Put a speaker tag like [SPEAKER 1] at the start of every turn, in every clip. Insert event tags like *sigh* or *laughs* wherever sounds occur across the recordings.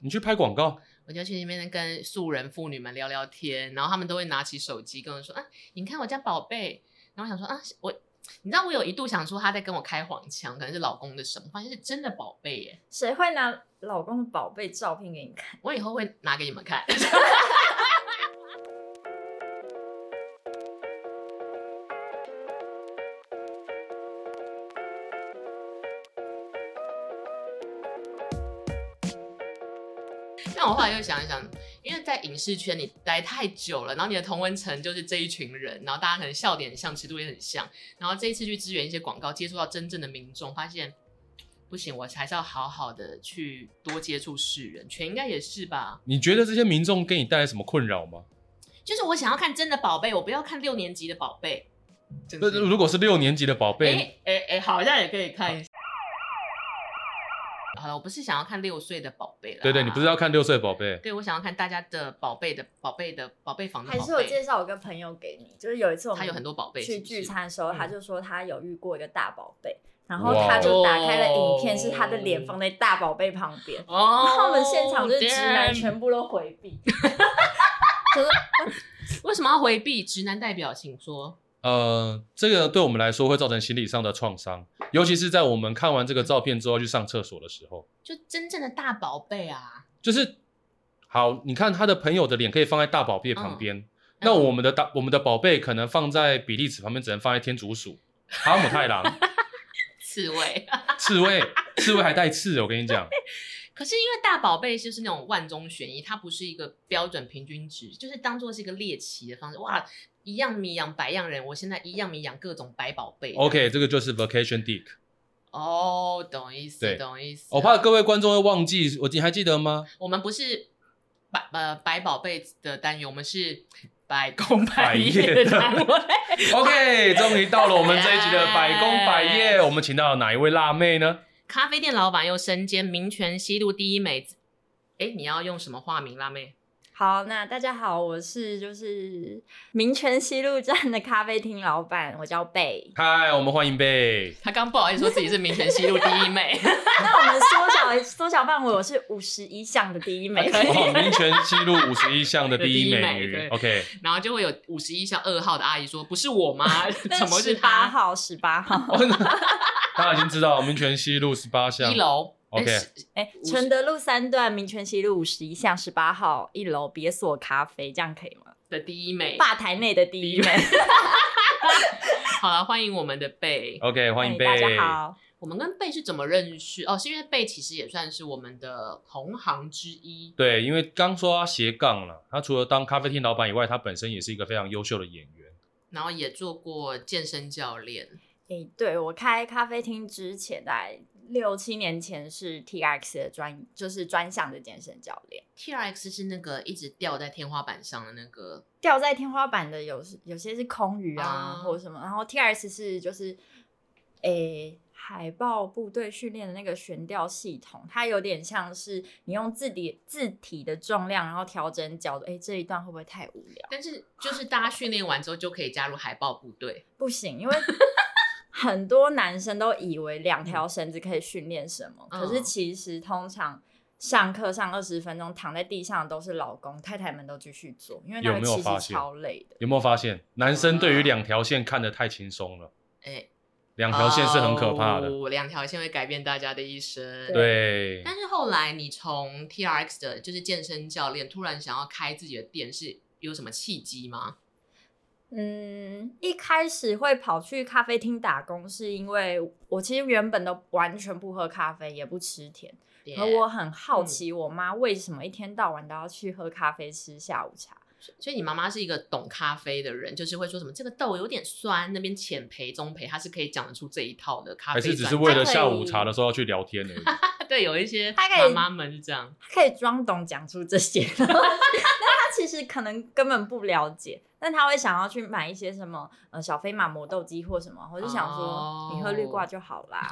[SPEAKER 1] 你去拍广告，
[SPEAKER 2] 我就去那边跟素人妇女们聊聊天，然后他们都会拿起手机跟我说：“啊，你看我家宝贝。”然后我想说：“啊，我，你知道我有一度想说他在跟我开黄腔，可能是老公的什么，发现是真的宝贝耶。
[SPEAKER 3] 谁会拿老公的宝贝照片给你看？
[SPEAKER 2] 我以后会拿给你们看。 *laughs* 但我后来又想一想，因为在影视圈你待太久了，然后你的同温层就是这一群人，然后大家可能笑点很像，尺度也很像，然后这一次去支援一些广告，接触到真正的民众，发现不行，我还是要好好的去多接触世人，全应该也是吧。
[SPEAKER 1] 你觉得这些民众给你带来什么困扰吗？
[SPEAKER 2] 就是我想要看真的宝贝，我不要看六年级的宝贝。真
[SPEAKER 1] 那
[SPEAKER 2] 的
[SPEAKER 1] 如果是六年级的宝贝，
[SPEAKER 2] 哎哎哎，好像也可以看一下。好了，我不是想要看六岁的宝贝了。
[SPEAKER 1] 对对，你不是要看六岁的宝贝？
[SPEAKER 2] 对，我想要看大家的宝贝的宝贝的宝贝房的
[SPEAKER 3] 还
[SPEAKER 2] 宝
[SPEAKER 3] 是我
[SPEAKER 2] 贝，
[SPEAKER 3] 介绍我个朋友给你，就是有一次我们
[SPEAKER 2] 他有很多宝贝是
[SPEAKER 3] 去
[SPEAKER 2] 不
[SPEAKER 3] 聚
[SPEAKER 2] 是
[SPEAKER 3] 餐的时候，
[SPEAKER 2] 嗯
[SPEAKER 3] 他就说他有遇过一个大宝贝，然后
[SPEAKER 1] 哇
[SPEAKER 3] 他就打开了影片，
[SPEAKER 2] 哦
[SPEAKER 3] 是他的脸放在大宝贝旁边，
[SPEAKER 2] 哦
[SPEAKER 3] 然后我们现场就是直男
[SPEAKER 2] damn
[SPEAKER 3] 全部都回
[SPEAKER 2] *laughs*
[SPEAKER 3] 避，
[SPEAKER 2] 为什么要回避直男代表？请说。
[SPEAKER 1] 呃，这个对我们来说会造成心理上的创伤，尤其是在我们看完这个照片之后去上厕所的时候，
[SPEAKER 2] 就真正的大宝贝啊，
[SPEAKER 1] 就是好，你看他的朋友的脸可以放在大宝贝旁边，那
[SPEAKER 2] 嗯
[SPEAKER 1] 我们的大我们的宝贝可能放在比利尺旁边，只能放在天竺鼠、哈姆太
[SPEAKER 2] *laughs*
[SPEAKER 1] 郎、
[SPEAKER 2] *laughs* 刺猬。 *laughs*
[SPEAKER 1] 刺猬，刺猬还带刺，我跟你讲，
[SPEAKER 2] 可是因为大宝贝就是那种万中选一，它不是一个标准平均值，就是当做是一个猎奇的方式。哇，一样米养百样人，我现在一样米养各种百宝贝。
[SPEAKER 1] OK，这个就是 vacation dick。
[SPEAKER 2] 哦，懂意思，
[SPEAKER 1] 对
[SPEAKER 2] 懂意思。
[SPEAKER 1] 我怕各位观众会忘记，我你还记得吗？
[SPEAKER 2] 我们不是百呃百宝贝的单元，我们是百工
[SPEAKER 1] 百
[SPEAKER 2] 业
[SPEAKER 1] 业
[SPEAKER 2] 的
[SPEAKER 1] 的
[SPEAKER 2] 单位。
[SPEAKER 1] *laughs* OK，终于到了我们这一集的百工百业，
[SPEAKER 2] Yes
[SPEAKER 1] 我们请到了哪一位辣妹呢？
[SPEAKER 2] 咖啡店老板又身兼民权西路第一美子。哎，你要用什么化名，辣妹？
[SPEAKER 3] 好，那大家好，我是就是民权西路站的咖啡厅老板，我叫贝。 *laughs*
[SPEAKER 1] 嗨，我们欢迎贝。
[SPEAKER 2] 她刚不好意思说自己是民权西路第一美，
[SPEAKER 3] 那我们缩小缩小范围，我是五十一项的第一
[SPEAKER 2] *laughs*
[SPEAKER 3] 美。
[SPEAKER 2] 可以
[SPEAKER 1] 哦，民权西路五十一巷的第一美
[SPEAKER 2] *laughs* 第一美对
[SPEAKER 1] 女。OK，
[SPEAKER 2] *laughs*
[SPEAKER 1] *laughs*
[SPEAKER 2] 然后就会有五十一巷二号的阿姨说：“不是我
[SPEAKER 3] *laughs*
[SPEAKER 2] 吗？怎么是
[SPEAKER 3] 十八
[SPEAKER 2] 她？
[SPEAKER 3] 号？十八号，
[SPEAKER 1] 大家已经知道民权西路十八巷
[SPEAKER 2] 一。楼。诶”
[SPEAKER 1] OK
[SPEAKER 2] 是
[SPEAKER 3] 哎，
[SPEAKER 2] 50
[SPEAKER 3] 承德路三段民权西路五十一巷十八号一楼别锁咖啡，这样可以吗？
[SPEAKER 2] 的第一美。
[SPEAKER 3] 吧台内的第一美。
[SPEAKER 2] 好了，欢迎我们的贝。哦
[SPEAKER 1] OK，欢迎贝。
[SPEAKER 3] *laughs*
[SPEAKER 2] 哎
[SPEAKER 3] 大家好，
[SPEAKER 2] 我们跟贝是怎么认识？哦，是因为贝其实也算是我们的同行之一。
[SPEAKER 1] 对，因为刚说他斜杠了，他除了当咖啡厅老板以外，他本身也是一个非常优秀的演员。
[SPEAKER 2] 然后也做过健身教练，
[SPEAKER 3] 哎，对我开咖啡厅之前，在六七年前是 T X 的专，就是专项的健身教练。
[SPEAKER 2] T R X 是那个一直吊在天花板上的那个，
[SPEAKER 3] 吊在天花板的有时有些是空余啊，
[SPEAKER 2] 啊
[SPEAKER 3] 或者什么，然后 T R S 是就是，诶、海豹部队训练的那个悬吊系统，它有点像是你用自己字体的重量，然后调整脚的。诶、这一段会不会太无聊？
[SPEAKER 2] 但是就是大家训练完之后就可以加入海豹部队，
[SPEAKER 3] 不
[SPEAKER 1] *laughs*
[SPEAKER 3] 行，因为很多男生都以为两
[SPEAKER 1] 嗯
[SPEAKER 3] 条绳子可以训练什么，
[SPEAKER 2] 嗯
[SPEAKER 3] 可是其实通常。上课上二十分钟，躺在地上的都是老公，太太们都继续做，因为他
[SPEAKER 1] 有
[SPEAKER 3] 们
[SPEAKER 1] 没有
[SPEAKER 3] 其实
[SPEAKER 1] 发现
[SPEAKER 3] 超累的。
[SPEAKER 1] 有没有发现，男生对于两条线看得太轻松了？
[SPEAKER 2] 哎、
[SPEAKER 1] 两条线是很可怕的。
[SPEAKER 2] 哦两条线会改变大家的一生。
[SPEAKER 1] 对，
[SPEAKER 2] 但是后来你从 T R X 的就是健身教练，突然想要开自己的店，是有什么契机吗？
[SPEAKER 3] 嗯，一开始会跑去咖啡厅打工，是因为我其实原本都完全不喝咖啡，也不吃甜，而我很好
[SPEAKER 2] 嗯
[SPEAKER 3] 奇我妈为什么一天到晚都要去喝咖啡吃下午茶。
[SPEAKER 2] 所以你妈妈是一个懂咖啡的人，就是会说什么这个豆有点酸，那边浅培、中培，她是可以讲得出这一套的咖
[SPEAKER 1] 还
[SPEAKER 2] 啡专
[SPEAKER 1] 是只
[SPEAKER 2] 家。
[SPEAKER 1] 是为了下午茶的时候要去聊天而已。
[SPEAKER 2] *laughs* 对有一些
[SPEAKER 3] 她可
[SPEAKER 2] 妈
[SPEAKER 3] 以
[SPEAKER 2] 妈们是这样。
[SPEAKER 3] 她可以装懂讲出这些， *laughs* 但她其实可能根本不了解，但她会想要去买一些什么呃小飞马磨豆机或什么，我就想说、
[SPEAKER 2] 哦
[SPEAKER 3] 你喝绿挂就好啦。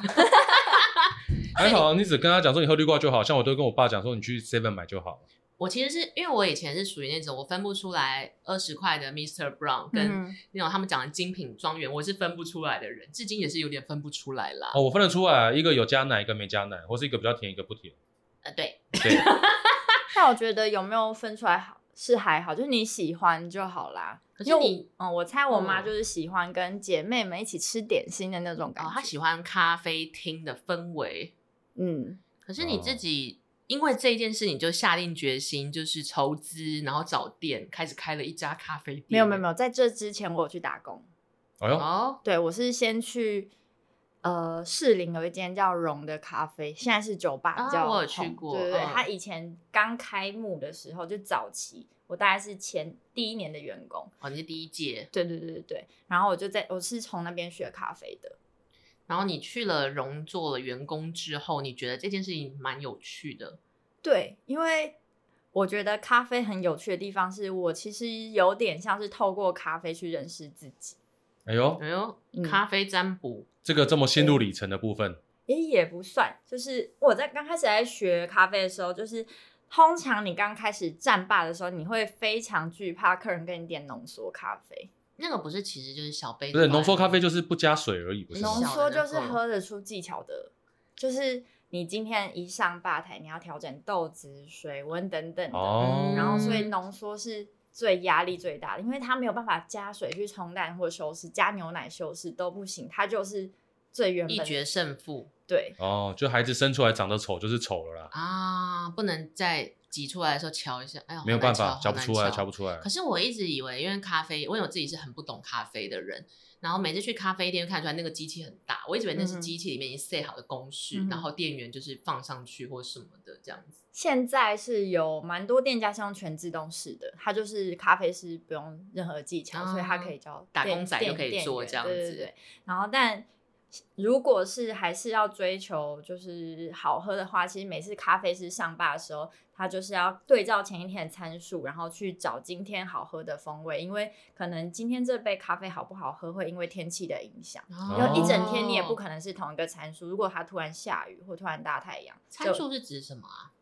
[SPEAKER 1] 还好啊，你只跟他讲说你喝绿挂就好，像我都跟我爸讲说你去 Seven 买就好了。
[SPEAKER 2] 我其实是因为我以前是属于那种我分不出来二十块的 Mr. Brown 跟
[SPEAKER 3] 嗯
[SPEAKER 2] 那种他们讲的精品庄园，我是分不出来的人，至今也是有点分不出来啦。
[SPEAKER 1] 哦哦，
[SPEAKER 2] *laughs*
[SPEAKER 1] 我分得出来，一个有加奶，一个没加奶，或是一个比较甜，一个不甜。
[SPEAKER 2] 呃，对，
[SPEAKER 1] 对，
[SPEAKER 3] 但我觉得有没有分出来好是还好，就是你喜欢就好啦。
[SPEAKER 2] 可
[SPEAKER 3] 因
[SPEAKER 2] 是
[SPEAKER 3] 为
[SPEAKER 2] 你
[SPEAKER 3] 我嗯，我猜我妈
[SPEAKER 2] 嗯
[SPEAKER 3] 就是喜欢跟姐妹们一起吃点心的那种感
[SPEAKER 2] 哦
[SPEAKER 3] 觉。，
[SPEAKER 2] 他喜欢咖啡厅的氛围，
[SPEAKER 3] 嗯，
[SPEAKER 2] 可是你自己因为这一件事，你就下定决心，就是筹资，然后找店，开始开了一家咖啡店。
[SPEAKER 3] 没有没有没有，在这之前我有去打工。
[SPEAKER 1] 哎呦，
[SPEAKER 2] 哦，
[SPEAKER 3] 对，我是先去呃士林有一间叫荣的咖啡，现在是酒吧
[SPEAKER 2] 啊
[SPEAKER 3] 比较红、
[SPEAKER 2] 我有去过
[SPEAKER 3] 对对对，
[SPEAKER 2] 嗯
[SPEAKER 3] 他、以前刚开幕的时候就早期，我大概是前第一年的员工。
[SPEAKER 2] 哦，你是第一届，
[SPEAKER 3] 对对对对对，然后我就在我是从那边学咖啡的。
[SPEAKER 2] 然后你去了荣做了员工之后，你觉得这件事情蛮有趣的，
[SPEAKER 3] 对，因为我觉得咖啡很有趣的地方是我其实有点像是透过咖啡去认识自己，
[SPEAKER 1] 哎呦，
[SPEAKER 2] 哎呦
[SPEAKER 3] 嗯，
[SPEAKER 2] 咖啡占卜，
[SPEAKER 1] 这个这么心路里程的部分，
[SPEAKER 3] 也也不算，就是我在刚开始在学咖啡的时候，就是通常你刚开始战罢的时候，你会非常惧怕客人跟你点浓缩咖啡，
[SPEAKER 2] 那个不是其实就是小杯
[SPEAKER 1] 不是浓缩咖啡就是不加水而已，不是
[SPEAKER 3] 浓
[SPEAKER 1] 吗？
[SPEAKER 3] 缩就
[SPEAKER 2] 小
[SPEAKER 3] 是
[SPEAKER 2] 的那个
[SPEAKER 3] 喝得出技巧的，就是你今天一上吧台，你要调整豆子、水温等等的，
[SPEAKER 1] 哦，
[SPEAKER 3] 然后所以
[SPEAKER 2] 嗯
[SPEAKER 3] 浓缩是最压力最大的，因为它没有办法加水去冲淡或修饰，加牛奶修饰都不行，它就是最原本
[SPEAKER 2] 一
[SPEAKER 3] 的
[SPEAKER 2] 决胜负
[SPEAKER 3] 对
[SPEAKER 1] 哦，就孩子生出来长得丑就是丑了啦，
[SPEAKER 2] 啊，不能再挤出来的时候瞧一下，哎呦，
[SPEAKER 1] 没有
[SPEAKER 2] 好难
[SPEAKER 1] 办法，
[SPEAKER 2] 瞧
[SPEAKER 1] 瞧不出来，瞧
[SPEAKER 2] 不。
[SPEAKER 1] 不出来
[SPEAKER 2] 可。是我一直以为，因为咖啡，因为我自己是很不懂咖啡的人，然后每次去咖啡店看出来那个机器很大，我一直以为那
[SPEAKER 3] 嗯
[SPEAKER 2] 是
[SPEAKER 3] 哼
[SPEAKER 2] 机器里面已经 set 好的公式，
[SPEAKER 3] 嗯哼
[SPEAKER 2] 然后店员就是放上去或什么的这样子。
[SPEAKER 3] 现在是有蛮多店家是用全自动式的，它就是咖啡师不用任何技巧，所以它
[SPEAKER 2] 啊
[SPEAKER 3] 可以教
[SPEAKER 2] 打
[SPEAKER 3] 店
[SPEAKER 2] 工仔
[SPEAKER 3] 店
[SPEAKER 2] 就可以
[SPEAKER 3] 店
[SPEAKER 2] 做
[SPEAKER 3] 员
[SPEAKER 2] 这样
[SPEAKER 3] 对对
[SPEAKER 2] 子
[SPEAKER 3] 对。然后，但如果是还是要追求就是好喝的话，其实每次咖啡师上吧的时候，他就是要对照前一天的参数，然后去找今天好喝的风味，因为可能今天这杯咖啡好不好喝，会因为天气的影响。
[SPEAKER 1] 哦
[SPEAKER 3] 然后一整天你也不
[SPEAKER 2] 能。
[SPEAKER 3] 可能是同一个参数，如果它突然下雨或突然大太阳，
[SPEAKER 2] 参数是指什么啊？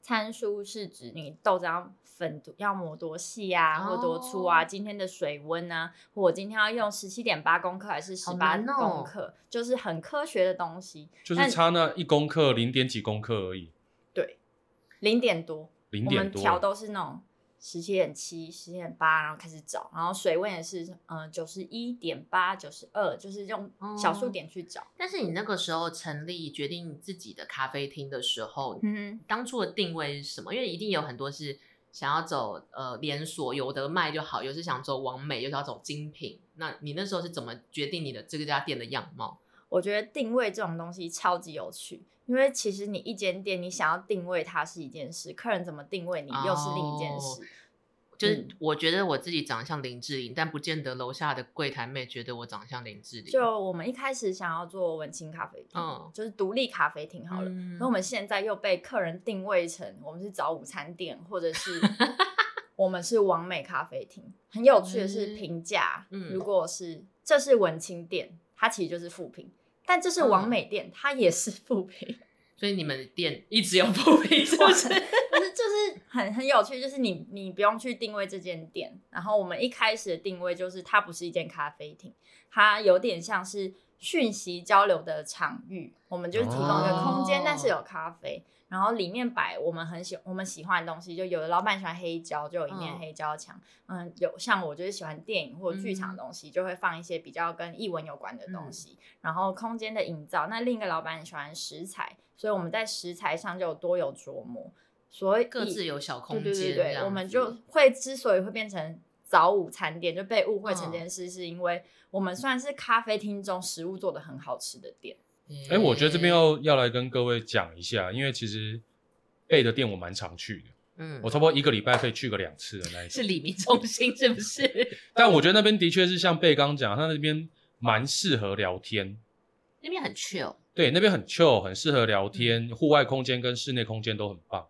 [SPEAKER 3] 参数是指你豆子要粉度要磨多细啊，
[SPEAKER 2] 哦
[SPEAKER 3] 或多粗啊，今天的水温啊，或我今天要用十七点八公克还是十
[SPEAKER 2] 好
[SPEAKER 3] 八
[SPEAKER 2] 难哦
[SPEAKER 3] 公克，就是很科学的东西，
[SPEAKER 1] 就是差那一公克零点几公克而已，
[SPEAKER 3] 零点多，
[SPEAKER 1] 零
[SPEAKER 3] 我
[SPEAKER 1] 点
[SPEAKER 3] 们调
[SPEAKER 1] 多。
[SPEAKER 3] 都是那种十七点七、十七点八，然后开始找，然后水温也是嗯九十一点八、九十二，就是用小
[SPEAKER 2] 哦
[SPEAKER 3] 数点去找，
[SPEAKER 2] 但是你那个时候成立决定自己的咖啡厅的时候，
[SPEAKER 3] 嗯
[SPEAKER 2] 当初的定位是什么？因为一定有很多是想要走呃连锁，有的卖就好，有是想走完美，有是要走精品。那你那时候是怎么决定你的这个家店的样貌？
[SPEAKER 3] 我觉得定位这种东西超级有趣，因为其实你一间店，你想要定位它是一件事，客人怎么定位你又是另一件事。
[SPEAKER 2] 哦就是
[SPEAKER 3] 嗯
[SPEAKER 2] 我觉得我自己长得像林志玲，但不见得楼下的柜台妹觉得我长得像林志玲。
[SPEAKER 3] 就我们一开始想要做文青咖啡厅，
[SPEAKER 2] 嗯
[SPEAKER 3] 就是独立咖啡厅好了。
[SPEAKER 2] 嗯
[SPEAKER 3] 那、我们现在又被客人定位成我们是早午餐店，或
[SPEAKER 2] *laughs*
[SPEAKER 3] 者是我们是完美咖啡厅。很有趣的是
[SPEAKER 2] 嗯
[SPEAKER 3] 评价，
[SPEAKER 2] 嗯
[SPEAKER 3] 如果是这是文青店，它其实就是负评；但这
[SPEAKER 2] 嗯
[SPEAKER 3] 是完美店，它也是负评。
[SPEAKER 2] 所以你们店一直有不平，是不是？
[SPEAKER 3] 就是就是很很有趣，就是你你不用去定位这间店，然后我们一开始的定位就是它不是一间咖啡厅，它有点像是讯息交流的场域，我们就是提供一个空间，
[SPEAKER 2] 哦
[SPEAKER 3] 但是有咖啡，然后里面摆我们很喜我们喜欢的东西，就有的老板喜欢黑胶，就有一面
[SPEAKER 2] 嗯
[SPEAKER 3] 黑胶墙，嗯，有像我就是喜欢电影或剧
[SPEAKER 2] 嗯
[SPEAKER 3] 场的东西，就会放一些比较跟艺文有关的东西，然后空间的营造，那另一个老板很喜欢食材，所以我们在食材上就有多有琢磨。所以
[SPEAKER 2] 各自有小空
[SPEAKER 3] 对
[SPEAKER 2] 间
[SPEAKER 3] 对
[SPEAKER 2] 这
[SPEAKER 3] 对
[SPEAKER 2] 样子，
[SPEAKER 3] 对，我们就会之所以会变成早午餐店，就被误会成这件事，是因为我们算是咖啡厅中食物做的很好吃的店。
[SPEAKER 1] 哎，我觉得这边要要来跟各位讲一下，因为其实贝的店我蛮常去的，
[SPEAKER 2] 嗯，
[SPEAKER 1] 我差不多一个礼拜可以去个两次的那一
[SPEAKER 2] 是
[SPEAKER 1] 种。
[SPEAKER 2] 李明中心是不是？ *laughs*
[SPEAKER 1] 但我觉得那边的确是像贝刚讲，他那边蛮适合聊天，
[SPEAKER 2] 那边很 chill，
[SPEAKER 1] 对，那边很 chill，很适合
[SPEAKER 2] 嗯
[SPEAKER 1] 聊天，户外空间跟室内空间都很棒。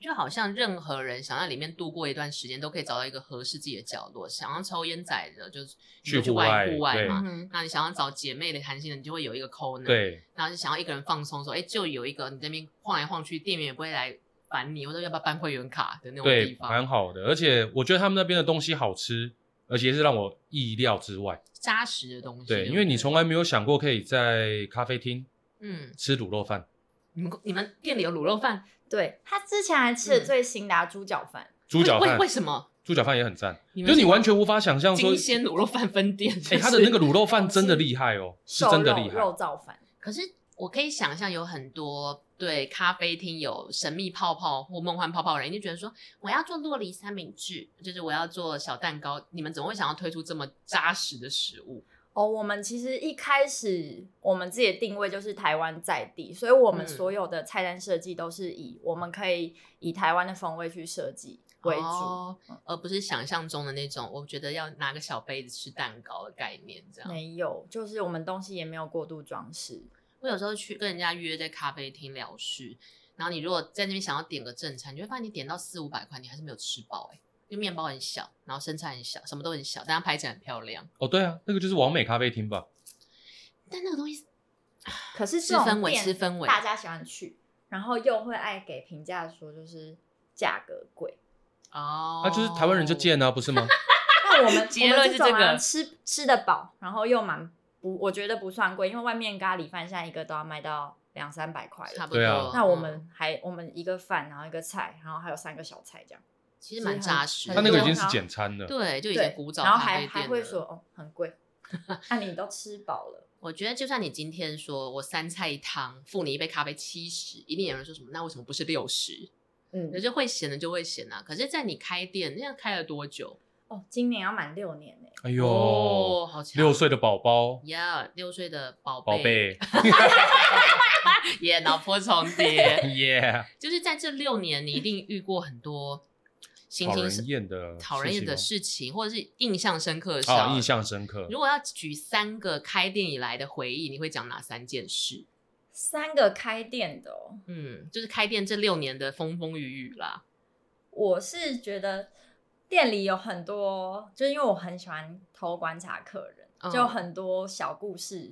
[SPEAKER 2] 就好像任何人想在里面度过一段时间，都可以找到一个合适自己的角落。想要抽烟仔的，就是你就
[SPEAKER 1] 去
[SPEAKER 2] 去
[SPEAKER 1] 户外
[SPEAKER 2] 外户外
[SPEAKER 1] 对
[SPEAKER 2] 嘛。
[SPEAKER 3] 嗯，
[SPEAKER 2] 那你想要找姐妹的谈心的，你就会有一个 corner。。
[SPEAKER 1] 对，
[SPEAKER 2] 然后就想要一个人放松的时候，哎，就有一个你这边晃来晃去，店员也不会来烦你，或者要不要办会员卡的那种地
[SPEAKER 1] 对，
[SPEAKER 2] 方。
[SPEAKER 1] 蛮好的。而且我觉得他们那边的东西好吃，而且是让我意料之外。
[SPEAKER 2] 扎实的东西。
[SPEAKER 1] 对，
[SPEAKER 2] 不
[SPEAKER 1] 因为你从来没有想过可以在咖啡厅
[SPEAKER 2] 嗯，
[SPEAKER 1] 吃卤肉饭，
[SPEAKER 2] 你们你们店里有卤肉饭，
[SPEAKER 3] 对他之前还吃了最新的、啊猪脚饭，
[SPEAKER 1] 猪脚
[SPEAKER 2] 为
[SPEAKER 1] 饭
[SPEAKER 2] 为为，什么？
[SPEAKER 1] 猪脚饭也很赞，
[SPEAKER 2] 你们
[SPEAKER 1] 就是你
[SPEAKER 2] 是
[SPEAKER 1] 完全无法想象说
[SPEAKER 2] 金，鲜卤肉饭分店，
[SPEAKER 1] 哎，他的那个卤肉饭真的厉害哦，是
[SPEAKER 3] 瘦
[SPEAKER 1] 真的
[SPEAKER 3] 肉
[SPEAKER 1] 厉害。
[SPEAKER 3] 肉燥饭，
[SPEAKER 2] 可是我可以想象，有很多对咖啡厅有神秘泡泡或梦幻泡泡的人，一定觉得说，我要做洛梨三明治，就是我要做小蛋糕。你们怎么会想要推出这么扎实的食物？
[SPEAKER 3] 哦，我们其实一开始我们自己的定位就是台湾在地，所以我们
[SPEAKER 2] 嗯
[SPEAKER 3] 所有的菜单设计都是以、我们可以以台湾的风味去设计为主。嗯
[SPEAKER 2] 哦，而不是想象中的那种，我觉得要拿个小杯子吃蛋糕的概念。这样，
[SPEAKER 3] 没有，就是我们东西也没有过度装饰。
[SPEAKER 2] 我有时候去跟人家约在咖啡厅聊事，然后你如果在那边想要点个正餐，你就会发现你点到四五百块，你还是没有吃饱哎、欸因为面包很小，然后生菜很小，什么都很小，但它拍起来很漂亮。
[SPEAKER 1] 哦，对啊，那个就是完美咖啡厅吧？
[SPEAKER 2] 但那个东西
[SPEAKER 3] 可是
[SPEAKER 2] 吃
[SPEAKER 3] 这
[SPEAKER 2] 氛
[SPEAKER 3] 种
[SPEAKER 2] 围，
[SPEAKER 3] 店
[SPEAKER 2] 吃氛围，
[SPEAKER 3] 大家喜欢去，然后又会爱给评价说就是价格
[SPEAKER 2] *laughs*
[SPEAKER 3] 贵。
[SPEAKER 2] *sighs* 哦，
[SPEAKER 1] 啊，就是台湾人就贱啊，不是
[SPEAKER 2] *laughs*
[SPEAKER 1] 吗？
[SPEAKER 3] 那我们
[SPEAKER 2] 结论是这
[SPEAKER 3] 我们这
[SPEAKER 2] 个
[SPEAKER 3] 种啊吃吃得饱，然后又蛮不，我觉得不算贵，因为外面咖喱饭现在一个都要卖到两三百块
[SPEAKER 2] 差
[SPEAKER 3] 了。
[SPEAKER 2] 不多。
[SPEAKER 1] 对啊
[SPEAKER 3] 那
[SPEAKER 2] 嗯
[SPEAKER 3] 我们还我们一个饭，然后一个菜，然后还有三个小菜这样。
[SPEAKER 2] 嗯其实蛮扎实的，
[SPEAKER 1] 他那个已经是
[SPEAKER 3] 很
[SPEAKER 1] 简餐了。
[SPEAKER 2] 对，啊就以
[SPEAKER 3] 对
[SPEAKER 2] 前古早
[SPEAKER 3] 然后
[SPEAKER 2] 咖
[SPEAKER 3] 还
[SPEAKER 2] 啡
[SPEAKER 3] 还
[SPEAKER 2] 店
[SPEAKER 3] 会
[SPEAKER 2] 的
[SPEAKER 3] 说哦很
[SPEAKER 2] *laughs*
[SPEAKER 3] 贵，那、你都吃饱了，
[SPEAKER 2] 我觉得就算你今天说我三菜一汤，付你一杯咖啡七十，一定有人说什么，那为什么不是六十？
[SPEAKER 3] 嗯
[SPEAKER 2] 可，是会咸的就会咸啊。可是，在你开店，那样开了多久？
[SPEAKER 3] 哦，今年要满六年呢、
[SPEAKER 1] 哎呦，
[SPEAKER 2] 哦，好强！
[SPEAKER 1] 六岁的宝宝，
[SPEAKER 2] 呀六岁的宝
[SPEAKER 1] 宝贝，
[SPEAKER 2] 耶脑波重 *laughs*
[SPEAKER 1] *laughs*
[SPEAKER 2] 叠。
[SPEAKER 1] 耶，
[SPEAKER 2] 就是在这六年，你一定遇过很多形
[SPEAKER 1] 讨
[SPEAKER 2] 形
[SPEAKER 1] 人
[SPEAKER 2] 色
[SPEAKER 1] 厌的，
[SPEAKER 2] 讨人厌的，事情，或者是印象深刻的事。
[SPEAKER 1] 啊，印象深刻。
[SPEAKER 2] 如果要举三个开店以来的回忆，你会讲哪三件事？
[SPEAKER 3] 三个开店的哦，
[SPEAKER 2] 嗯，就是开店这六年的风风雨雨啦。
[SPEAKER 3] 我是觉得店里有很多，就是因为我很喜欢偷观察客人，
[SPEAKER 2] 嗯
[SPEAKER 3] 就很多小故事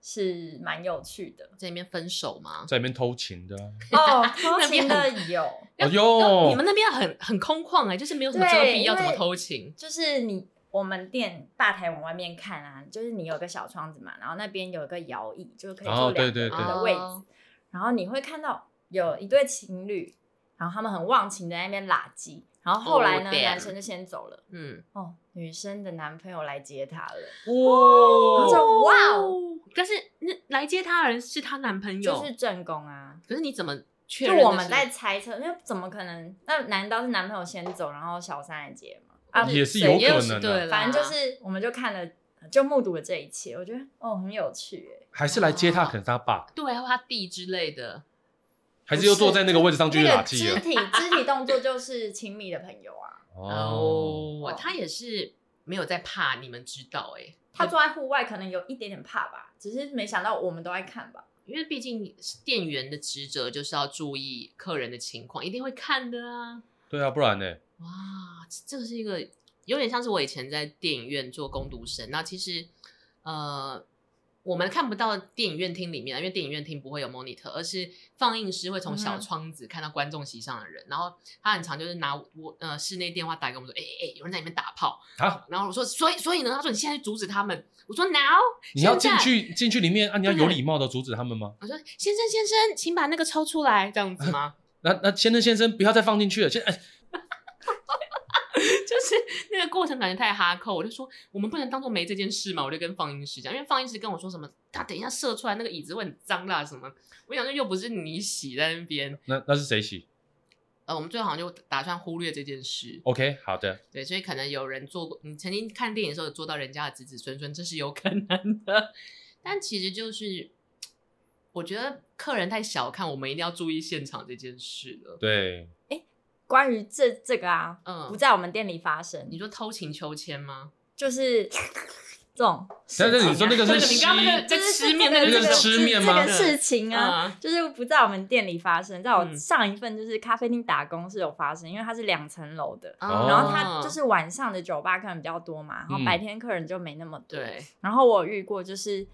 [SPEAKER 3] 是蛮有趣的
[SPEAKER 2] *laughs* 在那边分手吗？
[SPEAKER 1] 在里面偷情的啊，
[SPEAKER 3] 哦。偷
[SPEAKER 2] 那边
[SPEAKER 3] 情的有，
[SPEAKER 1] 哎
[SPEAKER 2] 那
[SPEAKER 1] 呦，
[SPEAKER 2] 你们那边很很空旷哎、就是没有什么
[SPEAKER 3] 对
[SPEAKER 2] 遮蔽，
[SPEAKER 3] 因
[SPEAKER 2] 要怎么
[SPEAKER 3] 为
[SPEAKER 2] 偷情？
[SPEAKER 3] 就是你我们店吧台往外面看啊，就是你有个小窗子嘛，然后那边有一个摇椅，就是可以坐
[SPEAKER 1] 哦对
[SPEAKER 3] 两个
[SPEAKER 1] 对
[SPEAKER 3] 人
[SPEAKER 1] 对
[SPEAKER 3] 啊的位置，
[SPEAKER 2] 哦
[SPEAKER 3] 然后你会看到有一对情侣，然后他们很忘情的在那边拉鸡，然后后来呢，
[SPEAKER 2] Oh, damn
[SPEAKER 3] 男生就先走了，
[SPEAKER 2] 嗯，
[SPEAKER 3] 哦，女生的男朋友来接她了。
[SPEAKER 1] 哇
[SPEAKER 3] 然后就哇哦，
[SPEAKER 2] 但是那来接她的人是她男朋友，
[SPEAKER 3] 就是正宫啊。
[SPEAKER 2] 可是你怎么确
[SPEAKER 3] 就
[SPEAKER 2] 认？
[SPEAKER 3] 我们在，猜测，因为怎么可能？那难道是男朋友先走，然后小三来接吗？啊，
[SPEAKER 1] 也是
[SPEAKER 3] 谁
[SPEAKER 1] 有
[SPEAKER 2] 也有
[SPEAKER 1] 可
[SPEAKER 2] 是
[SPEAKER 1] 能
[SPEAKER 2] 对啊
[SPEAKER 1] 的，
[SPEAKER 2] 啦
[SPEAKER 3] 反正就是我们就看了，就目睹了这一切。我觉得哦，很有趣耶。
[SPEAKER 1] 还是来接他，可能是他爸，
[SPEAKER 2] 对，或他弟之类的，
[SPEAKER 1] 还是又坐在那个位置上继续
[SPEAKER 3] 那
[SPEAKER 1] 打
[SPEAKER 3] 个
[SPEAKER 1] 气
[SPEAKER 3] 肢
[SPEAKER 1] 了。
[SPEAKER 3] 体肢体动作就是亲密的朋友
[SPEAKER 1] *laughs*
[SPEAKER 3] 啊，
[SPEAKER 1] 哦，
[SPEAKER 2] 哦，他也是没有在怕你们知道哎、
[SPEAKER 3] 他坐在户外可能有一点点怕吧，只是没想到我们都爱看吧。
[SPEAKER 2] 因为毕竟店员的职责就是要注意客人的情况，一定会看的啊。
[SPEAKER 1] 对啊，不然呢？
[SPEAKER 2] 哇，这这个是一个有点像是我以前在电影院做工读生。那其实，呃，我们看不到电影院厅里面啊，因为电影院厅不会有 monitor，而是放映师会从小
[SPEAKER 3] 嗯
[SPEAKER 2] 窗子看到观众席上的人。然后他很常就是拿我呃室内电话打给我们说，哎、哎、哎，有人在里面打炮。
[SPEAKER 1] 啊，
[SPEAKER 2] 然后我说，所以所以呢？他说你现在阻止他们。我说 now。
[SPEAKER 1] 你要
[SPEAKER 2] 现
[SPEAKER 1] 进
[SPEAKER 2] 在
[SPEAKER 1] 去进去里面啊，你要有
[SPEAKER 2] 对
[SPEAKER 1] 礼貌的阻止他们吗？
[SPEAKER 2] 我说先生先生，请把那个抽出来，这样子吗？
[SPEAKER 1] 那那先生先生，不要再放进去了，先哎，
[SPEAKER 2] *laughs* 就是那个过程感觉太哈扣，我就说我们不能当做没这件事嘛，我就跟放映师讲，因为放映师跟我说什么，他等一下射出来那个椅子会很脏啦什么，我想说又不是你洗在那边，
[SPEAKER 1] 那那是谁洗
[SPEAKER 2] 呃，我们最后好像就打算忽略这件事，
[SPEAKER 1] ？OK，好的，
[SPEAKER 2] 对，所以可能有人做过，你曾经看电影的时候有做到人家的子子孙孙，这是有可能的，但其实就是我觉得客人太小看，我们一定要注意现场这件事了，
[SPEAKER 1] 对，
[SPEAKER 3] 关于这这个啊，
[SPEAKER 2] 嗯
[SPEAKER 3] 不在我们店里发生，
[SPEAKER 2] 你说偷情秋千吗？
[SPEAKER 3] 就是这种事
[SPEAKER 1] 但
[SPEAKER 3] 情啊。
[SPEAKER 1] 是你说那个
[SPEAKER 2] 那
[SPEAKER 1] 是
[SPEAKER 2] 个你
[SPEAKER 1] 吸，
[SPEAKER 2] 刚刚那个在
[SPEAKER 3] 就是
[SPEAKER 2] 吃面
[SPEAKER 3] 这
[SPEAKER 2] 那个
[SPEAKER 3] 个
[SPEAKER 2] 嗯
[SPEAKER 1] 那
[SPEAKER 2] 是
[SPEAKER 1] 个吃面吗
[SPEAKER 3] 这个事情啊，就是不在我们店里发生，在我
[SPEAKER 2] 嗯
[SPEAKER 3] 上一份就是咖啡厅打工是有发生，因为它是两层楼的，
[SPEAKER 2] 嗯
[SPEAKER 1] 哦
[SPEAKER 3] 嗯然后它就是晚上的酒吧客人比较多嘛，然后
[SPEAKER 1] 嗯
[SPEAKER 3] 白天客人就没那么多。
[SPEAKER 2] 对，
[SPEAKER 3] 然后我有遇过就是。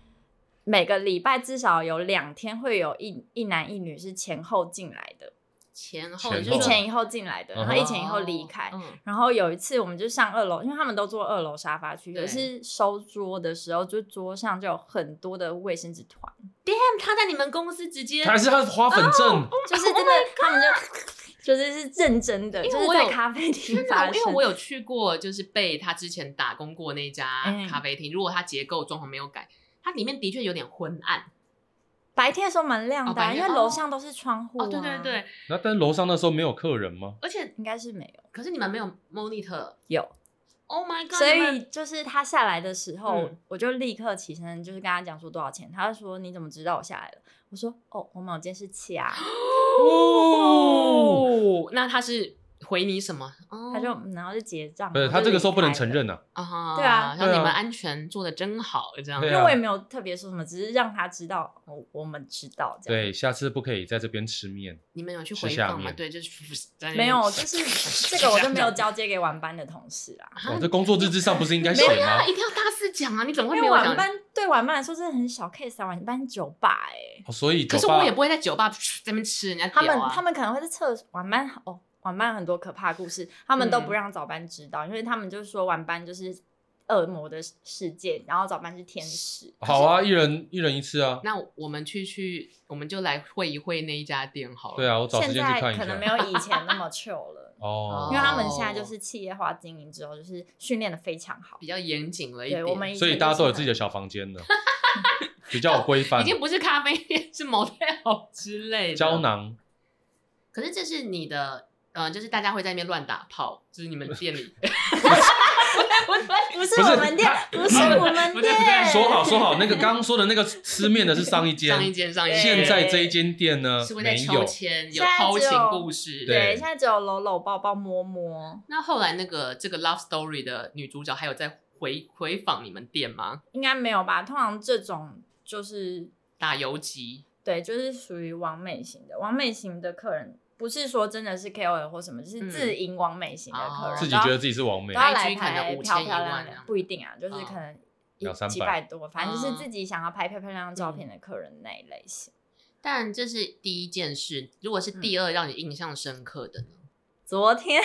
[SPEAKER 3] 每个礼拜至少有两天会有一一男一女是前后进来的，
[SPEAKER 2] 前后
[SPEAKER 1] 前
[SPEAKER 2] 就
[SPEAKER 1] 后
[SPEAKER 3] 一
[SPEAKER 2] 是
[SPEAKER 3] 前一后进来的，
[SPEAKER 1] 嗯哼
[SPEAKER 3] 然后一前一后离开。
[SPEAKER 2] 嗯
[SPEAKER 3] 然后有一次，我们就上二楼，因为他们都坐二楼沙发区。
[SPEAKER 2] 对
[SPEAKER 3] 有一次收桌的时候，就桌上就有很多的卫生纸团，
[SPEAKER 2] ，damn，他在你们公司直接，
[SPEAKER 1] 还是他花粉症，
[SPEAKER 3] 就是真的，他们 *laughs* 就就是是认真的，
[SPEAKER 2] Oh 因为
[SPEAKER 3] 就是
[SPEAKER 2] 我
[SPEAKER 3] 在
[SPEAKER 2] 有
[SPEAKER 3] 咖啡厅
[SPEAKER 2] 真的哦
[SPEAKER 3] 发
[SPEAKER 2] 因为我
[SPEAKER 3] 有
[SPEAKER 2] 有去过，就是被他之前打工过那家
[SPEAKER 3] 嗯
[SPEAKER 2] 咖啡厅，如果它结构装潢没有改，它里面的确有点昏暗。
[SPEAKER 3] 白天的时候蛮亮
[SPEAKER 2] 哦
[SPEAKER 3] 的
[SPEAKER 2] 白
[SPEAKER 3] 啊，
[SPEAKER 2] 天
[SPEAKER 3] 因为楼上都是窗户啊。
[SPEAKER 2] 哦，对对，对，
[SPEAKER 1] 那但楼上那时候没有客人吗？
[SPEAKER 2] 而且
[SPEAKER 3] 应该是没有
[SPEAKER 2] 可是你们没有 monitor。
[SPEAKER 3] 有。
[SPEAKER 2] Oh my god！
[SPEAKER 3] 所
[SPEAKER 2] 你们
[SPEAKER 3] 以就是他下来的时候，
[SPEAKER 2] 嗯
[SPEAKER 3] 我就立刻起身，就是跟他讲说多少钱。他就说你怎么知道我下来了？我说哦，我某件事卡。
[SPEAKER 1] 哦，
[SPEAKER 2] 哦，那他是回你什么？哦
[SPEAKER 3] 他就嗯然后就结账。
[SPEAKER 1] 不是
[SPEAKER 3] 我
[SPEAKER 1] 他
[SPEAKER 3] 就
[SPEAKER 1] 这个时候
[SPEAKER 3] 离
[SPEAKER 1] 不能
[SPEAKER 3] 开
[SPEAKER 1] 承
[SPEAKER 3] 了。
[SPEAKER 1] 认呐，
[SPEAKER 2] 啊，
[SPEAKER 3] 对啊
[SPEAKER 2] 像
[SPEAKER 1] 对
[SPEAKER 2] 你
[SPEAKER 1] 啊
[SPEAKER 2] 们安全做的真好，这样
[SPEAKER 1] 对
[SPEAKER 3] 因
[SPEAKER 1] 啊
[SPEAKER 3] 为我也没有特别说什么，只是让他知道我我们知道这样。
[SPEAKER 1] 对，下次不可以在这边吃面。
[SPEAKER 2] 你们有去
[SPEAKER 1] 是
[SPEAKER 2] 回
[SPEAKER 1] 下
[SPEAKER 2] 放吗？
[SPEAKER 1] 面
[SPEAKER 2] 对，就是在那边
[SPEAKER 3] 没有，就是这个我就没有交接给晚班的同事啊，
[SPEAKER 2] 啊
[SPEAKER 1] 哦，这工作日志上不是应该写
[SPEAKER 2] 没有
[SPEAKER 1] 吗
[SPEAKER 2] 啊，？一定要大肆讲啊！你怎么会
[SPEAKER 3] 因
[SPEAKER 2] 没
[SPEAKER 3] 为
[SPEAKER 2] 有
[SPEAKER 3] 晚
[SPEAKER 2] 讲？
[SPEAKER 3] 班对晚班来说真的很小 case 啊，晚班酒吧哎、
[SPEAKER 1] 哦所以
[SPEAKER 2] 可
[SPEAKER 1] 酒
[SPEAKER 2] 是
[SPEAKER 1] 吧
[SPEAKER 2] 我也不会在酒吧在那边吃人家
[SPEAKER 3] 他们、
[SPEAKER 2] 屌啊
[SPEAKER 3] 他们可能会在厕所晚班哦，晚班很多可怕的故事，他们都不
[SPEAKER 2] 嗯
[SPEAKER 3] 让早班知道，因为他们就是说晚班就是恶魔的世界，然后早班是天使。
[SPEAKER 1] 好啊，一人一人一次啊。
[SPEAKER 2] 那我们去去，我们就来会一会那一家店好了。
[SPEAKER 1] 对
[SPEAKER 2] 啊，
[SPEAKER 1] 啊，我找时
[SPEAKER 3] 现
[SPEAKER 1] 间去
[SPEAKER 3] 在
[SPEAKER 1] 看一
[SPEAKER 3] 可能没
[SPEAKER 1] 下。
[SPEAKER 3] 有以前那么
[SPEAKER 2] *laughs*
[SPEAKER 3] chill 了，
[SPEAKER 1] 哦
[SPEAKER 3] 因为他们现在就是企业化经营之后，就是训练的非常好
[SPEAKER 2] 比。较严谨了一
[SPEAKER 3] 对
[SPEAKER 2] 点。
[SPEAKER 3] 我们以
[SPEAKER 1] 所以
[SPEAKER 3] 前
[SPEAKER 1] 大家
[SPEAKER 3] 就是
[SPEAKER 1] 都有
[SPEAKER 3] 很
[SPEAKER 1] 自己的小房间
[SPEAKER 2] *laughs*
[SPEAKER 1] 了，比较有规范
[SPEAKER 2] 已，经不是咖啡店，是 motel 之类的。
[SPEAKER 1] 胶。囊。
[SPEAKER 2] 可是这是你的，呃，就是大家会在那边乱打炮，就是你们
[SPEAKER 1] *laughs*
[SPEAKER 2] 店里。
[SPEAKER 3] 不是
[SPEAKER 1] 不是 *laughs*
[SPEAKER 3] 我们店，不是我们
[SPEAKER 2] 不是
[SPEAKER 3] 店，
[SPEAKER 1] 哎说好说好，那个刚刚说的那个吃面的是上一间，
[SPEAKER 2] 上一间上一间，
[SPEAKER 1] 现在这一间店呢
[SPEAKER 2] 是会在
[SPEAKER 1] 没
[SPEAKER 2] 抽
[SPEAKER 1] 有，
[SPEAKER 2] 签，有
[SPEAKER 3] 现在只有
[SPEAKER 2] 偷情故
[SPEAKER 1] 对
[SPEAKER 2] 事。
[SPEAKER 3] 对，现在只有搂搂抱抱摸摸，
[SPEAKER 2] 那后来那个这个 love story 的女主角还有在回回访你们店吗？
[SPEAKER 3] 应该没有吧？通常这种就是
[SPEAKER 2] 打游击，
[SPEAKER 3] 对，就是属于完美型的，完美型的客人不是说真的是 KOL 或什么，就是自营完美型的客人，
[SPEAKER 2] 哦
[SPEAKER 1] 自己觉得自己是王美
[SPEAKER 3] 都，要
[SPEAKER 2] 嗯 IG
[SPEAKER 3] 来
[SPEAKER 2] 可能
[SPEAKER 3] 台
[SPEAKER 2] 5000
[SPEAKER 3] 漂漂
[SPEAKER 2] 一万
[SPEAKER 3] 亮
[SPEAKER 2] 这样
[SPEAKER 3] 亮，不一定啊，就是
[SPEAKER 2] 哦
[SPEAKER 3] 可能一
[SPEAKER 1] 两三百
[SPEAKER 3] 几百多，反正就是
[SPEAKER 2] 嗯
[SPEAKER 3] 自己想要拍漂漂亮亮照片的客人那一类型。
[SPEAKER 2] 但这是第一件事。如果是
[SPEAKER 1] 嗯
[SPEAKER 2] 第二让你印象深刻的呢？
[SPEAKER 3] 昨天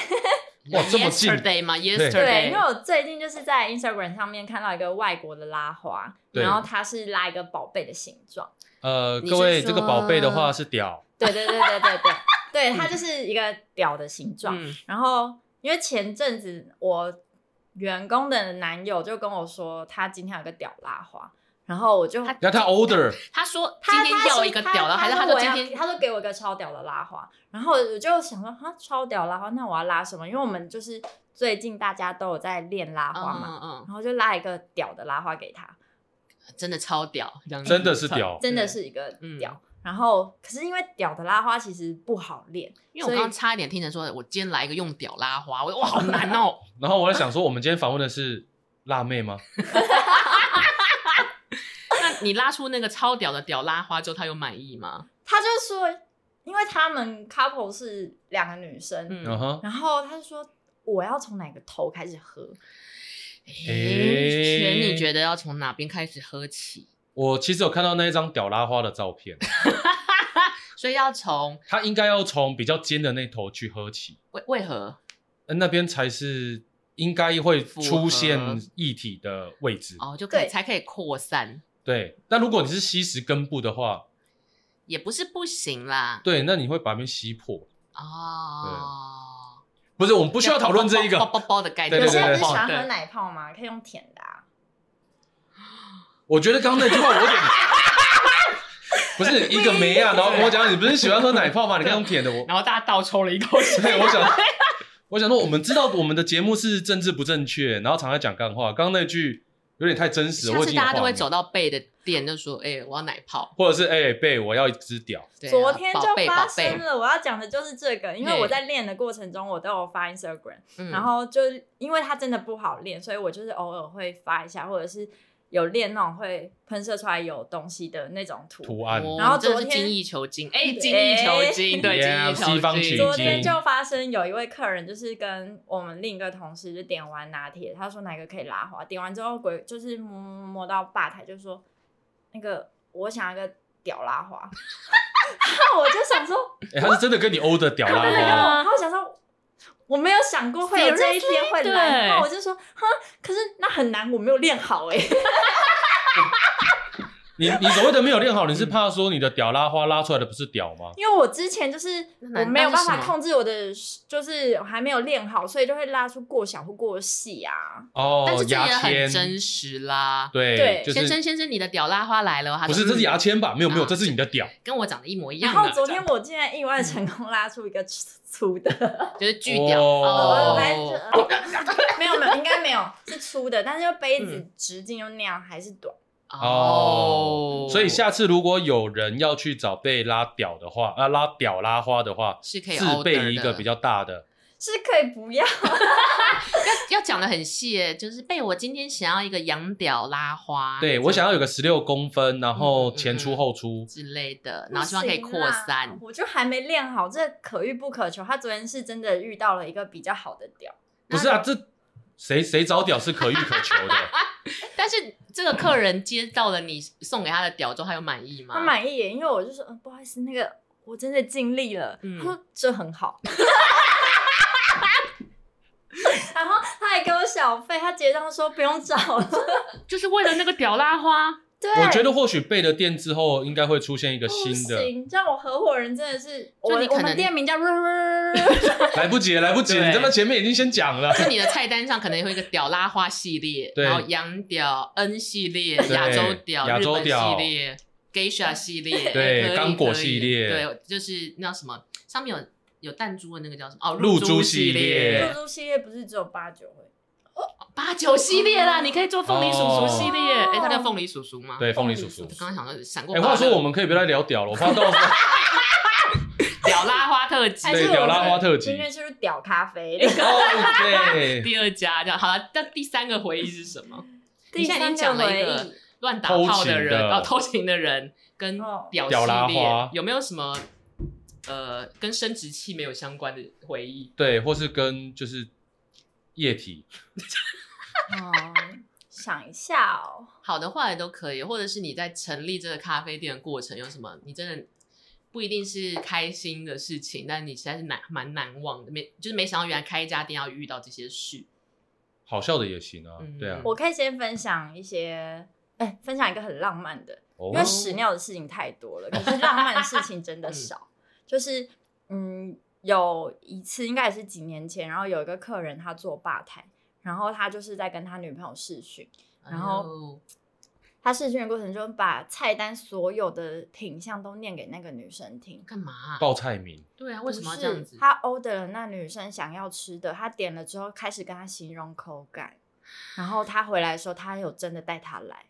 [SPEAKER 1] 哇这么近
[SPEAKER 2] Yesterday 嗯吗
[SPEAKER 3] 对，因为
[SPEAKER 2] ？Yesterday，
[SPEAKER 3] 我最近就是在 Instagram 上面看到一个外国的拉花，
[SPEAKER 1] 对
[SPEAKER 3] 然后它是拉一个宝贝的形状。
[SPEAKER 1] 呃，
[SPEAKER 2] 你是
[SPEAKER 1] 各位
[SPEAKER 2] 说
[SPEAKER 1] 这个宝贝的话是屌，
[SPEAKER 3] 对对对对对对，对，它就是一个表的形状。
[SPEAKER 2] 嗯，
[SPEAKER 3] 然后因为前阵子我员工的男友就跟我说，他今天有个屌拉花，然后我就
[SPEAKER 2] 他
[SPEAKER 1] 然后他 order，
[SPEAKER 2] 他说今
[SPEAKER 3] 他
[SPEAKER 2] 天
[SPEAKER 3] 他
[SPEAKER 2] 要
[SPEAKER 3] 说
[SPEAKER 2] 一个
[SPEAKER 3] 他
[SPEAKER 2] 屌的，还是
[SPEAKER 3] 他
[SPEAKER 2] 说
[SPEAKER 3] 我
[SPEAKER 2] 今
[SPEAKER 3] 要
[SPEAKER 2] 天
[SPEAKER 3] 他说给我一个超屌的拉花，然后我就想说哈超屌拉花，那我要拉什么？因为我们就是最近大家都有在练拉
[SPEAKER 2] 嗯
[SPEAKER 3] 花嘛，
[SPEAKER 2] 嗯
[SPEAKER 3] 然后就拉一个屌的拉花给他，
[SPEAKER 2] 嗯，真的超屌，这样子
[SPEAKER 1] 真的是，屌，
[SPEAKER 3] 真的是一个
[SPEAKER 2] 嗯
[SPEAKER 3] 屌。然后可是因为屌的拉花其实不好练，
[SPEAKER 2] 因为我
[SPEAKER 3] 所以
[SPEAKER 2] 刚刚差一点听成说，我今天来一个用屌拉花，我哇好难哦， *laughs*
[SPEAKER 1] 然后我在想说，我们今天访问的是辣妹吗？
[SPEAKER 2] 那你拉出那个超屌的屌拉花之后，他有满意吗？
[SPEAKER 3] 他就说，因为他们 couple 是两个女生，
[SPEAKER 2] 嗯
[SPEAKER 1] 嗯哼，
[SPEAKER 3] 然后他就说我要从哪个头开始喝？
[SPEAKER 1] 诶
[SPEAKER 2] 全你觉得要从哪边开始喝起？
[SPEAKER 1] 我其实有看到那一张屌拉花的照片，
[SPEAKER 2] 所以要从
[SPEAKER 1] 他应该要从比较尖的那头去喝起，
[SPEAKER 2] 为为何？
[SPEAKER 1] 呃那边才是应该会
[SPEAKER 2] 符合
[SPEAKER 1] 出现液体的位置。
[SPEAKER 2] 哦，就可以
[SPEAKER 3] 对
[SPEAKER 2] 才可以扩散，
[SPEAKER 1] 对，那如果你是吸食根部的话，
[SPEAKER 2] 也不是不行啦。
[SPEAKER 1] 对，那你会把它们吸破。
[SPEAKER 2] 哦，
[SPEAKER 1] 不是，我们不
[SPEAKER 2] 不
[SPEAKER 1] 需要讨论这一
[SPEAKER 2] *laughs* 包包
[SPEAKER 1] 个。
[SPEAKER 2] 包包的概念。
[SPEAKER 1] 对对
[SPEAKER 3] 有些
[SPEAKER 1] 对
[SPEAKER 3] 人不
[SPEAKER 1] 对对
[SPEAKER 3] 是喜欢喝
[SPEAKER 2] 对
[SPEAKER 3] 奶泡吗？可以用舔的、啊。
[SPEAKER 1] 我觉得刚刚那句话我有点， *laughs* 不是一个梅啊，然后跟我讲你不是喜欢喝奶泡吗？你看用舔的我，
[SPEAKER 2] 然后大家倒抽了
[SPEAKER 1] *laughs*
[SPEAKER 2] 一口水，
[SPEAKER 1] 对，我想，我想说，我们知道我们的节目是政治不正确，然后常常讲干话。刚刚那句有点太真实了，
[SPEAKER 2] 下
[SPEAKER 1] 我已
[SPEAKER 2] 次
[SPEAKER 1] 经有
[SPEAKER 2] 大家都
[SPEAKER 1] 画
[SPEAKER 2] 会
[SPEAKER 1] 面
[SPEAKER 2] 走，到贝的店，就说：“哎、我要奶泡。
[SPEAKER 1] 或者是哎贝，我要一只屌。
[SPEAKER 2] 对啊”
[SPEAKER 3] 昨天就
[SPEAKER 2] 宝贝
[SPEAKER 3] 发
[SPEAKER 2] 宝贝
[SPEAKER 3] 生，了，我要讲的就是这个，因为
[SPEAKER 2] 嘿
[SPEAKER 3] 我在练的过程中，我都有发 Instagram，、
[SPEAKER 2] 嗯
[SPEAKER 3] 然后就是因为它真的不好练，所以我就是偶尔会发一下，或者是有练那种会喷射出来有东西的那种图。
[SPEAKER 1] 图案，
[SPEAKER 2] 哦
[SPEAKER 3] 然后
[SPEAKER 2] 真的
[SPEAKER 3] 昨
[SPEAKER 2] 是
[SPEAKER 3] 天
[SPEAKER 2] 精益求精，哎、精益求精，对，
[SPEAKER 1] Yeah，
[SPEAKER 2] 精益求精，
[SPEAKER 1] 哎西方取经
[SPEAKER 3] 昨天就发生有一位客人，就是跟我们另一个同事就点完拿铁，他说哪个可以拉花，点完之后鬼就是
[SPEAKER 2] *laughs*
[SPEAKER 3] 摸摸摸摸到吧台，就说那个我想要一个屌拉花，我就想说，
[SPEAKER 1] 哎、他是真的跟你欧的屌啦，
[SPEAKER 3] 真的跟
[SPEAKER 1] 哦
[SPEAKER 2] 啊
[SPEAKER 3] 我，然后我想说，我没有想过会有这一天会
[SPEAKER 4] Seriously？
[SPEAKER 3] 来，
[SPEAKER 4] 对
[SPEAKER 3] 然后我就说，哼，可是那很难，我没有练好哎、
[SPEAKER 1] 你你所谓的没有练好，你是怕说你的屌拉花拉出来的不是屌吗？
[SPEAKER 3] *laughs* 因为我之前就是
[SPEAKER 2] 那
[SPEAKER 3] 我没有办
[SPEAKER 2] 那是
[SPEAKER 3] 法
[SPEAKER 2] 什么
[SPEAKER 3] 控制我的，就是我还没有练好，所以就会拉出过小或过细啊。
[SPEAKER 1] 哦
[SPEAKER 2] 但是，这
[SPEAKER 1] 牙
[SPEAKER 2] 也
[SPEAKER 1] 签
[SPEAKER 2] 很，真实啦。
[SPEAKER 1] 对
[SPEAKER 3] 对，
[SPEAKER 1] 就
[SPEAKER 2] 先生
[SPEAKER 1] 是
[SPEAKER 2] 先生，你的屌拉花来了，他
[SPEAKER 1] 不
[SPEAKER 2] 说
[SPEAKER 1] 是这是牙，签吧？没有没有，
[SPEAKER 2] 啊
[SPEAKER 1] 这是你的屌，
[SPEAKER 2] 嗯跟我长得一模一
[SPEAKER 3] 然
[SPEAKER 2] 样。
[SPEAKER 3] 后昨天我竟然意外成功拉出一个 *laughs* 粗的，
[SPEAKER 2] 就是巨屌
[SPEAKER 1] 哦
[SPEAKER 3] 我 *laughs*
[SPEAKER 2] 哦
[SPEAKER 3] 本来就没有没有，应该没有是粗的，但是就杯子直径就那样，还是短。
[SPEAKER 1] 哦
[SPEAKER 2] 哦，
[SPEAKER 1] 所以下次如果有人要去找被拉屌的话，啊拉屌拉花的话，
[SPEAKER 2] 哦是可以
[SPEAKER 1] 自
[SPEAKER 2] order 的
[SPEAKER 1] 备一个比较大的，
[SPEAKER 3] 是可以不
[SPEAKER 2] 嗯
[SPEAKER 3] 要，
[SPEAKER 2] 要讲的很细耶，就是被我今天想要一个羊屌拉花，
[SPEAKER 1] 对我想要有个十六公分，然后
[SPEAKER 2] 嗯嗯
[SPEAKER 1] 前出
[SPEAKER 2] 嗯
[SPEAKER 1] 后出，
[SPEAKER 2] 之类的，然后希望可以扩
[SPEAKER 3] 不行啦啊
[SPEAKER 2] 散。
[SPEAKER 3] 我就还没练好，这可遇不可求。他昨天是真的遇到了一个比较好的屌，
[SPEAKER 1] 不是啊，这谁谁找屌是可遇可求
[SPEAKER 3] *laughs*
[SPEAKER 1] 的。
[SPEAKER 2] 但是这个客人接到了你送给他的屌之后，他有满意吗？
[SPEAKER 3] 他满意耶，因为我就说，嗯，不好意思，那个我真的尽力了。
[SPEAKER 2] 嗯
[SPEAKER 3] 他说这
[SPEAKER 2] *laughs*
[SPEAKER 3] 很好。然后他还给我小费，他结账说不用找了。
[SPEAKER 2] 就是为了那个屌拉花，
[SPEAKER 3] 对，
[SPEAKER 1] 我觉得或许备了店之后，应该会出现一个
[SPEAKER 3] 不
[SPEAKER 1] 新的，
[SPEAKER 3] 行，这样我合伙人真的是，我
[SPEAKER 2] 你可
[SPEAKER 3] 我
[SPEAKER 2] 能
[SPEAKER 3] 们店名叫
[SPEAKER 1] 来不及了，来不及了，
[SPEAKER 2] 对
[SPEAKER 1] 你他妈前面已经先讲了。
[SPEAKER 2] 就你的菜单上可能会有一个屌拉花系列，
[SPEAKER 1] 对
[SPEAKER 2] 然后羊屌 N 系列、
[SPEAKER 1] 对
[SPEAKER 2] 亚洲屌、
[SPEAKER 1] 亚洲
[SPEAKER 2] 日
[SPEAKER 1] 屌
[SPEAKER 2] 本系列、Geisha 系列，
[SPEAKER 1] 对
[SPEAKER 2] 可以
[SPEAKER 1] 刚果系列
[SPEAKER 2] 可以对，就是那叫什么，上面有有弹珠的那个叫什么？哦，
[SPEAKER 1] 露珠
[SPEAKER 2] 珠
[SPEAKER 1] 系列
[SPEAKER 2] 列、
[SPEAKER 3] 露珠系列，不是只有八九回。
[SPEAKER 2] 八九系列啦，你可以做凤梨叔叔系列，
[SPEAKER 3] 哦
[SPEAKER 2] 哎，它叫凤梨叔叔吗？，
[SPEAKER 1] 对，凤梨叔叔
[SPEAKER 2] 我。刚刚想到闪过
[SPEAKER 1] 哎，
[SPEAKER 2] 八个。
[SPEAKER 1] 话说我们可以不要再聊屌了，我怕到时候
[SPEAKER 2] 屌拉花特辑
[SPEAKER 3] 还
[SPEAKER 1] 对
[SPEAKER 3] 是
[SPEAKER 1] 屌
[SPEAKER 3] 我
[SPEAKER 1] 拉
[SPEAKER 3] 们
[SPEAKER 1] 花特辑
[SPEAKER 3] 今天就是屌咖啡。
[SPEAKER 2] 哎
[SPEAKER 1] 哦，对，
[SPEAKER 2] 第二家这样，好了，那第三个回忆是什么？你
[SPEAKER 3] 第
[SPEAKER 2] 现在已经
[SPEAKER 3] 三
[SPEAKER 2] 讲
[SPEAKER 3] 个
[SPEAKER 2] 了一
[SPEAKER 3] 回
[SPEAKER 2] 个
[SPEAKER 3] 忆，
[SPEAKER 2] 乱打
[SPEAKER 1] 偷
[SPEAKER 2] 炮
[SPEAKER 1] 情
[SPEAKER 2] 的人，
[SPEAKER 1] 的
[SPEAKER 2] 哦，偷情的人跟
[SPEAKER 3] 哦
[SPEAKER 2] 屌
[SPEAKER 1] 屌拉
[SPEAKER 2] 系列
[SPEAKER 1] 花
[SPEAKER 2] 有没有什么呃跟生殖器没有相关的回忆？
[SPEAKER 1] 对，或是跟就是液体，
[SPEAKER 3] 嗯，想一下哦，
[SPEAKER 2] 好的坏的都可以，或者是你在成立这个咖啡店的过程有什么？你真的不一定是开心的事情，但你实在是难蛮难忘的，没就是没想到原来开一家店要遇到这些事。
[SPEAKER 1] 好笑的也行啊
[SPEAKER 2] 嗯。
[SPEAKER 1] 对啊，
[SPEAKER 3] 我可以先分享一些，哎、分享一个很浪漫的，
[SPEAKER 1] 哦
[SPEAKER 3] 因为屎尿的事情太多了，可是浪漫的事情真
[SPEAKER 2] 嗯
[SPEAKER 3] 的少。就是嗯，有一次应该也是几年前，然后有一个客人他坐吧台，然后他就是在跟他女朋友试训，
[SPEAKER 2] 哎
[SPEAKER 3] 然后他试训的过程中把菜单所有的品相都念给那个女生听。
[SPEAKER 2] 干嘛啊、
[SPEAKER 1] 报菜名，
[SPEAKER 2] 对啊，为什么要
[SPEAKER 3] 不
[SPEAKER 2] 这
[SPEAKER 3] 是
[SPEAKER 2] 样子？
[SPEAKER 3] 他 order 了那女生想要吃的，他点了之后开始跟她形容口感，然后他回来的时候，他有真的带她来。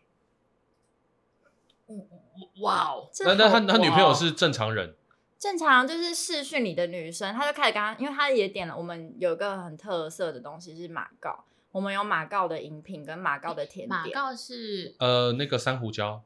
[SPEAKER 2] 哇哦，
[SPEAKER 3] 这
[SPEAKER 1] 那那他
[SPEAKER 3] 好
[SPEAKER 1] 他女朋友是正常人，
[SPEAKER 3] 正常就是视讯里的女生，她就开始跟她，因为她也点了我们有一个很特色的东西是马告，我们有马告的饮品跟马告的甜
[SPEAKER 2] 马
[SPEAKER 3] 点，
[SPEAKER 2] 告是
[SPEAKER 1] 呃，那个山胡椒，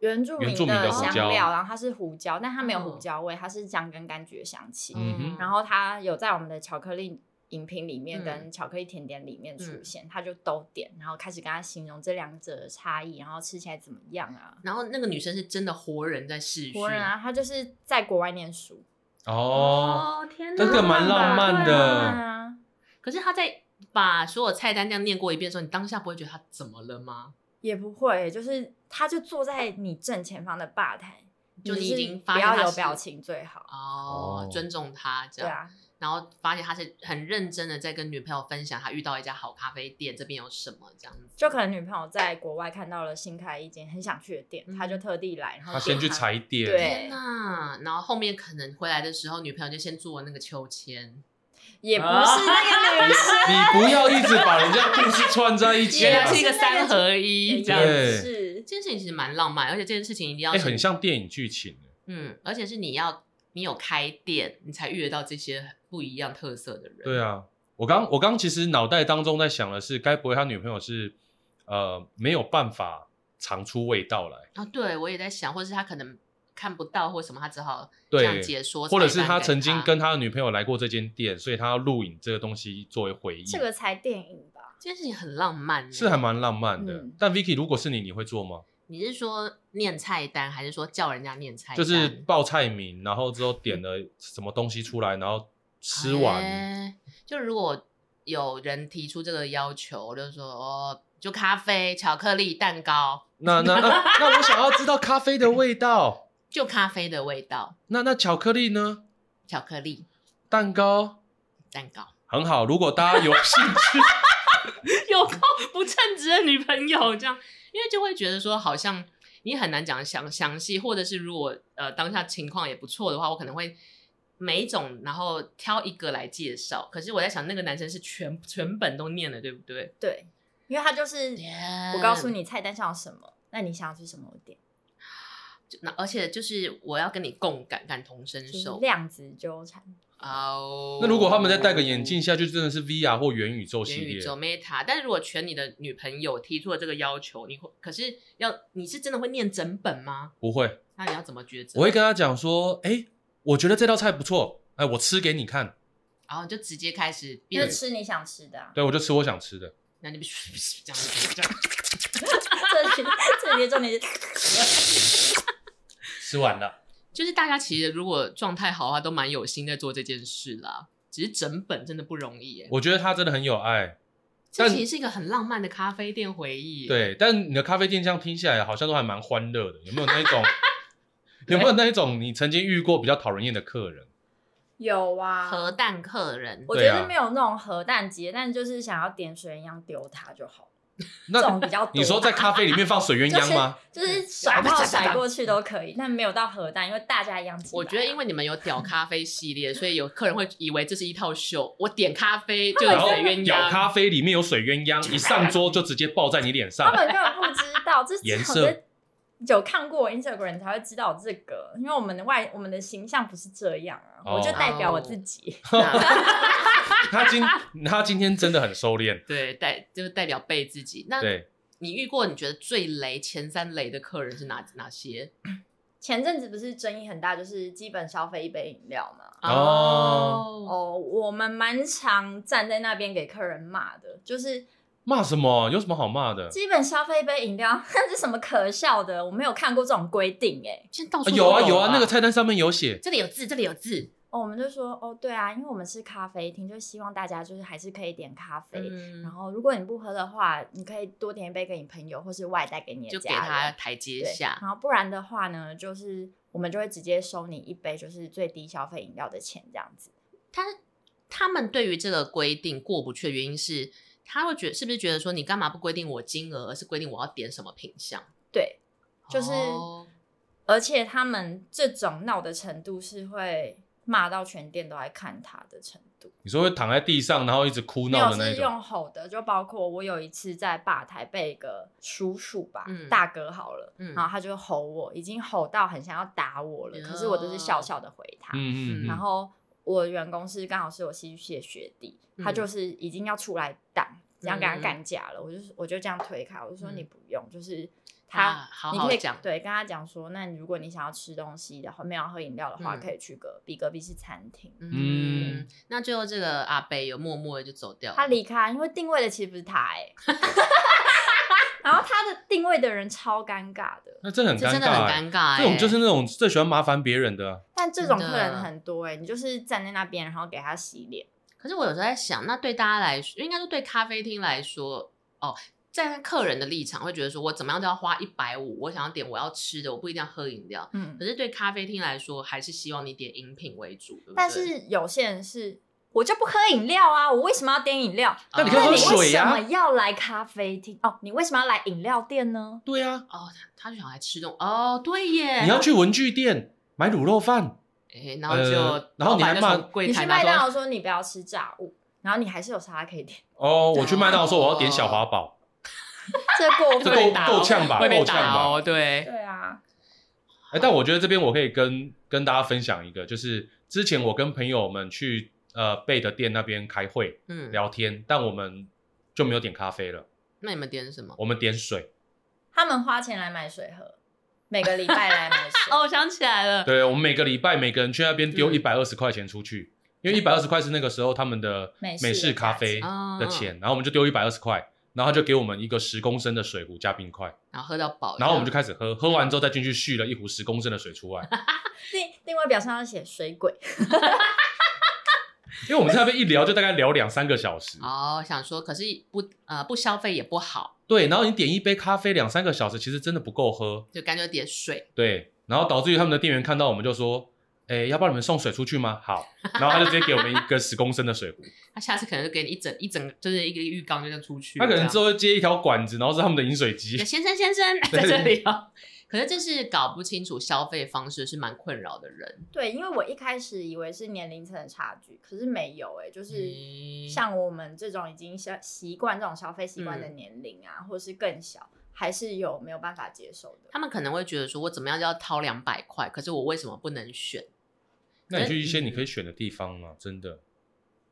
[SPEAKER 3] 原住民
[SPEAKER 1] 原住民的
[SPEAKER 3] 的
[SPEAKER 1] 胡
[SPEAKER 3] 香
[SPEAKER 1] 椒
[SPEAKER 3] 料，然后它是胡椒，但它没有
[SPEAKER 2] 嗯
[SPEAKER 3] 胡椒味，它是姜跟柑橘的香气，
[SPEAKER 1] 嗯哼
[SPEAKER 3] 然后它有在我们的巧克力。饮品里
[SPEAKER 2] 嗯
[SPEAKER 3] 面跟巧克力甜点里面出现，她就都点，然后开始跟她形容这两者的差异，然后吃起来怎么样啊？
[SPEAKER 2] 然后那个女生是真的活人在试训，
[SPEAKER 3] 活人啊，她就是在国外念书，
[SPEAKER 1] 哦，，
[SPEAKER 2] 天
[SPEAKER 1] 这个蛮浪漫
[SPEAKER 3] 对
[SPEAKER 1] 的。
[SPEAKER 3] 啊，
[SPEAKER 2] 可是他在把所有菜单这样念过一遍的时候，你当下不会觉得他怎么了吗？
[SPEAKER 3] 也不会，就是他就坐在你正前方的吧台，
[SPEAKER 2] 就你
[SPEAKER 3] 是
[SPEAKER 2] 已经发
[SPEAKER 3] 不
[SPEAKER 2] 现他
[SPEAKER 3] 要有
[SPEAKER 2] 是
[SPEAKER 3] 表情最好。
[SPEAKER 2] 哦，
[SPEAKER 1] 哦
[SPEAKER 2] 尊重他这
[SPEAKER 3] 对
[SPEAKER 2] 样，
[SPEAKER 3] 啊，
[SPEAKER 2] 然后发现他是很认真的在跟女朋友分享他遇到一家好咖啡店，这边有什么这样子，
[SPEAKER 3] 就可能女朋友在国外看到了新开一间很想去的店，
[SPEAKER 2] 嗯
[SPEAKER 3] 他就特地来，然后
[SPEAKER 1] 他先去
[SPEAKER 3] 点
[SPEAKER 1] 踩点，
[SPEAKER 3] 对
[SPEAKER 2] 天哪！然后后面可能回来的时候，女朋友就先做那个秋千，
[SPEAKER 3] 也不是
[SPEAKER 2] 啊
[SPEAKER 3] 那个
[SPEAKER 2] *laughs*
[SPEAKER 3] 女
[SPEAKER 1] *laughs*
[SPEAKER 3] 生，
[SPEAKER 1] 你不要一直把人家故事串在一起
[SPEAKER 2] 原
[SPEAKER 1] 啊
[SPEAKER 2] 来，是一个三合一这样
[SPEAKER 1] 对
[SPEAKER 2] 子。
[SPEAKER 3] 也是
[SPEAKER 2] 这件事情其实蛮浪漫，而且这件事情一定要
[SPEAKER 1] 哎，
[SPEAKER 2] 是、
[SPEAKER 1] 很像电影剧情。
[SPEAKER 2] 嗯，而且是你要你有开店，你才遇得到这些不一样特色的人。
[SPEAKER 1] 对啊，我刚我刚其实脑袋当中在想的是，该不会他女朋友是呃没有办法尝出味道来，
[SPEAKER 2] 啊，对我也在想，或者是他可能看不到或什么，他只好这样
[SPEAKER 1] 对，
[SPEAKER 2] 解说，
[SPEAKER 1] 或者是
[SPEAKER 2] 彩蛋
[SPEAKER 1] 他
[SPEAKER 2] 给
[SPEAKER 1] 曾经跟他的女朋友来过这间店，所以他要录影这个东西作为回忆，
[SPEAKER 3] 这个才电影吧？
[SPEAKER 2] 这件事情很浪漫欸，
[SPEAKER 1] 是还蛮浪漫的。
[SPEAKER 3] 嗯
[SPEAKER 1] 但 Vicky，如果是你，你会做吗？
[SPEAKER 2] 你是说念菜单，还是说叫人家念菜单？
[SPEAKER 1] 就是报菜名，然后之后点了什么东西出来，然后吃完。
[SPEAKER 2] 哎就如果有人提出这个要求，就是说哦，就咖啡、巧克力、蛋糕，
[SPEAKER 1] 那那那那我想要知道咖啡的味道，
[SPEAKER 2] 就咖啡的味道，
[SPEAKER 1] 那那巧克力呢？
[SPEAKER 2] 巧克力
[SPEAKER 1] 蛋糕
[SPEAKER 2] 蛋糕，
[SPEAKER 1] 很好，如果大家有兴
[SPEAKER 2] *laughs*
[SPEAKER 1] 趣，
[SPEAKER 2] 有够不称职的女朋友这样，因为就会觉得说好像你很难讲详详细，或者是如果呃当下情况也不错的话，我可能会每一种然后挑一个来介绍。可是我在想，那个男生是全全本都念了，对不对？
[SPEAKER 3] 对，因为他就是我告
[SPEAKER 2] 啊
[SPEAKER 3] 诉你菜单上有什么，那你想要吃什么我点，
[SPEAKER 2] 就，那而且就是我要跟你共感，感同身
[SPEAKER 3] 就是
[SPEAKER 2] 受。
[SPEAKER 3] 量子纠缠。
[SPEAKER 2] 哦
[SPEAKER 1] 那如果他们再戴个眼镜下去，真的是 VR 或元宇宙系
[SPEAKER 2] 元宇
[SPEAKER 1] 列。
[SPEAKER 2] 宙 Meta，但是如果全你的女朋友提出了这个要求，你会可是要你是真的会念整本吗？
[SPEAKER 1] 不会，
[SPEAKER 2] 那你要怎么抉择？
[SPEAKER 1] 我会跟他讲说，哎、我觉得这道菜不错，哎、我吃给你看。
[SPEAKER 2] 然后你就直接开始
[SPEAKER 3] 就
[SPEAKER 2] 变
[SPEAKER 3] 是，吃你想吃的、啊， *laughs*
[SPEAKER 1] 对，我就吃我想吃的。
[SPEAKER 2] 那你这样子这样子，
[SPEAKER 3] 这里这里重点是，
[SPEAKER 1] 吃完了，
[SPEAKER 2] 就是大家其实如果状态好的话，都蛮有心在做这件事啦。只是整本真的不容易耶，
[SPEAKER 1] 我觉得他真的很有爱。
[SPEAKER 2] 这
[SPEAKER 1] 但
[SPEAKER 2] 其实是一个很浪漫的咖啡店回忆耶。
[SPEAKER 1] 对，但你的咖啡店这样听下来，好像都还蛮欢乐的。有没有那一
[SPEAKER 2] *laughs*
[SPEAKER 1] 种？有没有那一种你曾经遇过比较讨人厌的客人？
[SPEAKER 3] 有啊，
[SPEAKER 2] 核弹客人，
[SPEAKER 3] 我觉
[SPEAKER 1] 对啊
[SPEAKER 3] 得没有那种核弹节，但就是想要点水一样丢它就好了，这种
[SPEAKER 1] 那
[SPEAKER 3] 比较多。
[SPEAKER 1] 你说在咖啡里面放水鸳鸯吗？
[SPEAKER 3] 就是甩炮甩过去都可以，但没有到核弹，因为大家一样。啊
[SPEAKER 2] 我觉得因为你们有屌咖啡系列，所以有客人会以为这是一套秀。我点咖啡就有
[SPEAKER 1] 然后
[SPEAKER 2] 水鸳
[SPEAKER 1] 咬
[SPEAKER 2] 鸯，
[SPEAKER 1] 咖啡里面有水鸳鸯，一上桌就直接爆在你脸
[SPEAKER 3] 他
[SPEAKER 1] 上。
[SPEAKER 3] 们根本不知道，这
[SPEAKER 1] 颜
[SPEAKER 3] 是
[SPEAKER 1] 色
[SPEAKER 3] 我在有看过我 Instagram 才会知道这个，因为我们的外我们的形象不是这样啊，
[SPEAKER 1] 哦
[SPEAKER 3] 我就代表我自己。
[SPEAKER 1] *laughs* 他今他今天真的很收敛。
[SPEAKER 2] 对，代就是代表背自己。那
[SPEAKER 1] 对，
[SPEAKER 2] 你遇过你觉得最雷前三雷的客人是哪哪些？
[SPEAKER 3] 前阵子不是争议很大，就是基本消费一杯饮料嘛。
[SPEAKER 2] 哦，
[SPEAKER 3] 哦，我们蛮常站在那边给客人骂的，就是
[SPEAKER 1] 骂什么？有什么好骂的？
[SPEAKER 3] 基本消费一杯饮料， *laughs* 这是什么可笑的？我没有看过这种规定哎、
[SPEAKER 2] 现在到
[SPEAKER 1] 啊
[SPEAKER 2] 处都
[SPEAKER 1] 有啊有
[SPEAKER 2] 有
[SPEAKER 1] 啊，那个菜单上面有写。
[SPEAKER 2] 这里有字，这里有字，
[SPEAKER 3] 哦，我们就说哦，对啊，因为我们是咖啡厅，就希望大家就是还是可以点咖啡。然
[SPEAKER 2] 嗯，
[SPEAKER 3] 后，如果你不喝的话，你可以多点一杯给你朋友，或是外带给你的
[SPEAKER 2] 就给
[SPEAKER 3] 家人。
[SPEAKER 2] 他台阶
[SPEAKER 3] 对，
[SPEAKER 2] 下。
[SPEAKER 3] 然后不然的话呢，就是我们就会直接收你一杯就是最低消费饮料的钱这样子。
[SPEAKER 2] 他他们对于这个规定过不去的原因是，他会觉是不是觉得说你干嘛不规定我金额，而是规定我要点什么品相？
[SPEAKER 3] 对，就是
[SPEAKER 2] 哦
[SPEAKER 3] 而且他们这种闹的程度是会骂到全店都来看他的程度。
[SPEAKER 1] 你说会躺在地上，然后一直哭
[SPEAKER 3] 没
[SPEAKER 1] 闹
[SPEAKER 3] 有
[SPEAKER 1] 的那
[SPEAKER 3] 是
[SPEAKER 1] 种。
[SPEAKER 3] 用吼的，就包括我有一次在吧台被一个叔叔吧，
[SPEAKER 2] 嗯
[SPEAKER 3] 大哥好了，
[SPEAKER 2] 嗯
[SPEAKER 3] 然后他就吼我，已经吼到很想要打我了，
[SPEAKER 2] 呀
[SPEAKER 3] 可是我就是笑笑的回他。
[SPEAKER 1] 嗯嗯嗯。
[SPEAKER 3] 然后我员工是刚好是我戏剧系的学弟，
[SPEAKER 2] 嗯
[SPEAKER 3] 他就是已经要出来挡，这样给他
[SPEAKER 2] 嗯
[SPEAKER 3] 干架了，我就我就这样推开，我就说
[SPEAKER 2] 嗯
[SPEAKER 3] 你不用，就是
[SPEAKER 2] 他
[SPEAKER 3] 他。
[SPEAKER 2] 啊好
[SPEAKER 3] 你
[SPEAKER 2] 好
[SPEAKER 3] 可以
[SPEAKER 2] 讲，
[SPEAKER 3] 对跟他讲说，那你如果你想要吃东西的话，没有要喝饮料的话，
[SPEAKER 2] 嗯
[SPEAKER 3] 可以去隔壁，隔壁是餐厅。
[SPEAKER 2] 嗯，
[SPEAKER 1] 嗯
[SPEAKER 2] 那最后这个阿北有默默的就走掉了，
[SPEAKER 3] 他离开，因为定位的其实不是他
[SPEAKER 2] *laughs*
[SPEAKER 3] 哎、然后他的定位的人超尴尬的，
[SPEAKER 1] 那这很
[SPEAKER 2] 这
[SPEAKER 1] 尴
[SPEAKER 2] 真的很
[SPEAKER 1] 尬欸。
[SPEAKER 2] 尴尬、欸，
[SPEAKER 1] 这种就是那种最喜欢麻烦别人的啊。
[SPEAKER 3] 但这种
[SPEAKER 2] 真的
[SPEAKER 3] 客人很多哎、你就是站在那边，然后给他洗脸，
[SPEAKER 2] 可是我有时候在想，那对大家来说，应该说对咖啡厅来说，哦，站在客人的立场会觉得说，我怎么样都要花一百五，我想要点我要吃的，我不一定要喝饮料。
[SPEAKER 3] 嗯
[SPEAKER 2] 可。是对咖啡厅来说，还是希望你点饮品为主，对不对
[SPEAKER 3] 但是有些人是，我就不喝饮料啊，我为什么要点饮料？
[SPEAKER 1] 那你可以
[SPEAKER 3] 那
[SPEAKER 1] 喝
[SPEAKER 3] 你
[SPEAKER 1] 水
[SPEAKER 3] 为什
[SPEAKER 1] 啊
[SPEAKER 3] 么要来咖啡厅？哦，你为什么要来饮料店呢？
[SPEAKER 1] 对啊，
[SPEAKER 2] 哦，他就想来吃东哦，对耶，
[SPEAKER 1] 你要去文具店买卤肉饭，
[SPEAKER 2] 哎，然后就、
[SPEAKER 1] 呃然后你还
[SPEAKER 2] 老板就
[SPEAKER 1] 骂
[SPEAKER 2] 从柜
[SPEAKER 3] 你去
[SPEAKER 2] 台
[SPEAKER 3] 麦当
[SPEAKER 2] 拿
[SPEAKER 3] 劳
[SPEAKER 2] 出
[SPEAKER 3] 说你不要吃炸物，然后你还是有沙拉可以点， *laughs*
[SPEAKER 1] 哦，
[SPEAKER 2] 啊
[SPEAKER 1] 我去麦当劳说我要点小华堡，
[SPEAKER 3] 这过
[SPEAKER 1] 这
[SPEAKER 2] 会
[SPEAKER 1] 够
[SPEAKER 2] 被
[SPEAKER 3] 分
[SPEAKER 2] 打
[SPEAKER 3] 吧
[SPEAKER 2] 哦
[SPEAKER 1] 够呛吧？
[SPEAKER 2] 会被
[SPEAKER 1] 够呛
[SPEAKER 2] 打
[SPEAKER 1] 吧？
[SPEAKER 2] 哦，对，
[SPEAKER 3] 对啊，
[SPEAKER 1] 哎、但我觉得这边我可以跟跟大家分享一个，就是之前我跟朋友们去呃贝的店那边开会
[SPEAKER 2] 嗯，
[SPEAKER 1] 聊天，但我们就没有点咖啡了，
[SPEAKER 2] 那你们点什么？
[SPEAKER 1] 我们点水。
[SPEAKER 3] 他们花钱来买水喝，每个礼拜来买水。
[SPEAKER 2] *laughs* 哦，我想起来了，
[SPEAKER 1] 对，我们每个礼拜每个人去那边丢
[SPEAKER 2] 嗯
[SPEAKER 1] 一百二十块钱出去，因为一百二十块是那个时候他们的
[SPEAKER 3] 美式
[SPEAKER 1] 美式咖啡
[SPEAKER 3] 的价
[SPEAKER 2] 钱
[SPEAKER 3] 嗯
[SPEAKER 1] 的钱，然后我们就丢一百二十块，然后他就给我们一个十公升的水壶加冰块，
[SPEAKER 2] 嗯
[SPEAKER 3] 哦
[SPEAKER 2] 然后喝到饱，
[SPEAKER 1] 然后我们就开始喝，喝完之后再进去续了一壶十公升的水出来， *laughs*
[SPEAKER 3] 另另外表上要写水鬼， *laughs*
[SPEAKER 1] 因为我们在那边一聊就大概聊两三个小时。
[SPEAKER 2] 哦，想说可是不呃不消费也不好，
[SPEAKER 1] 对，然后你点一杯咖啡两三个小时，其实真的不够喝，
[SPEAKER 2] 就干脆点水，
[SPEAKER 1] 对，然后导致于他们的店员看到我们就说。哎，要帮你们送水出去吗？好，然后他就直接给我们一个十公升的水壶，
[SPEAKER 2] 他下次可能就给你一整一整就是一个浴缸 *laughs* 就这样出去。
[SPEAKER 1] 他可
[SPEAKER 2] 这
[SPEAKER 1] 能
[SPEAKER 2] 样
[SPEAKER 1] 之后接一条管子，然后是他们的饮水机。
[SPEAKER 2] 先生先生 *laughs*
[SPEAKER 1] 对
[SPEAKER 2] 在这里哦。可是这是搞不清楚消费方式，是蛮困扰的人。
[SPEAKER 3] 对，因为我一开始以为是年龄层的差距，可是没有哎、就是
[SPEAKER 2] 嗯
[SPEAKER 3] 像我们这种已经消习惯这种消费习惯的年龄啊，或是更小，还是有没有办法接受的。
[SPEAKER 2] 他们可能会觉得说，我怎么样就要掏两百块，可是我为什么不能选？
[SPEAKER 1] 那你去一些你可以选的地方嘛，真的。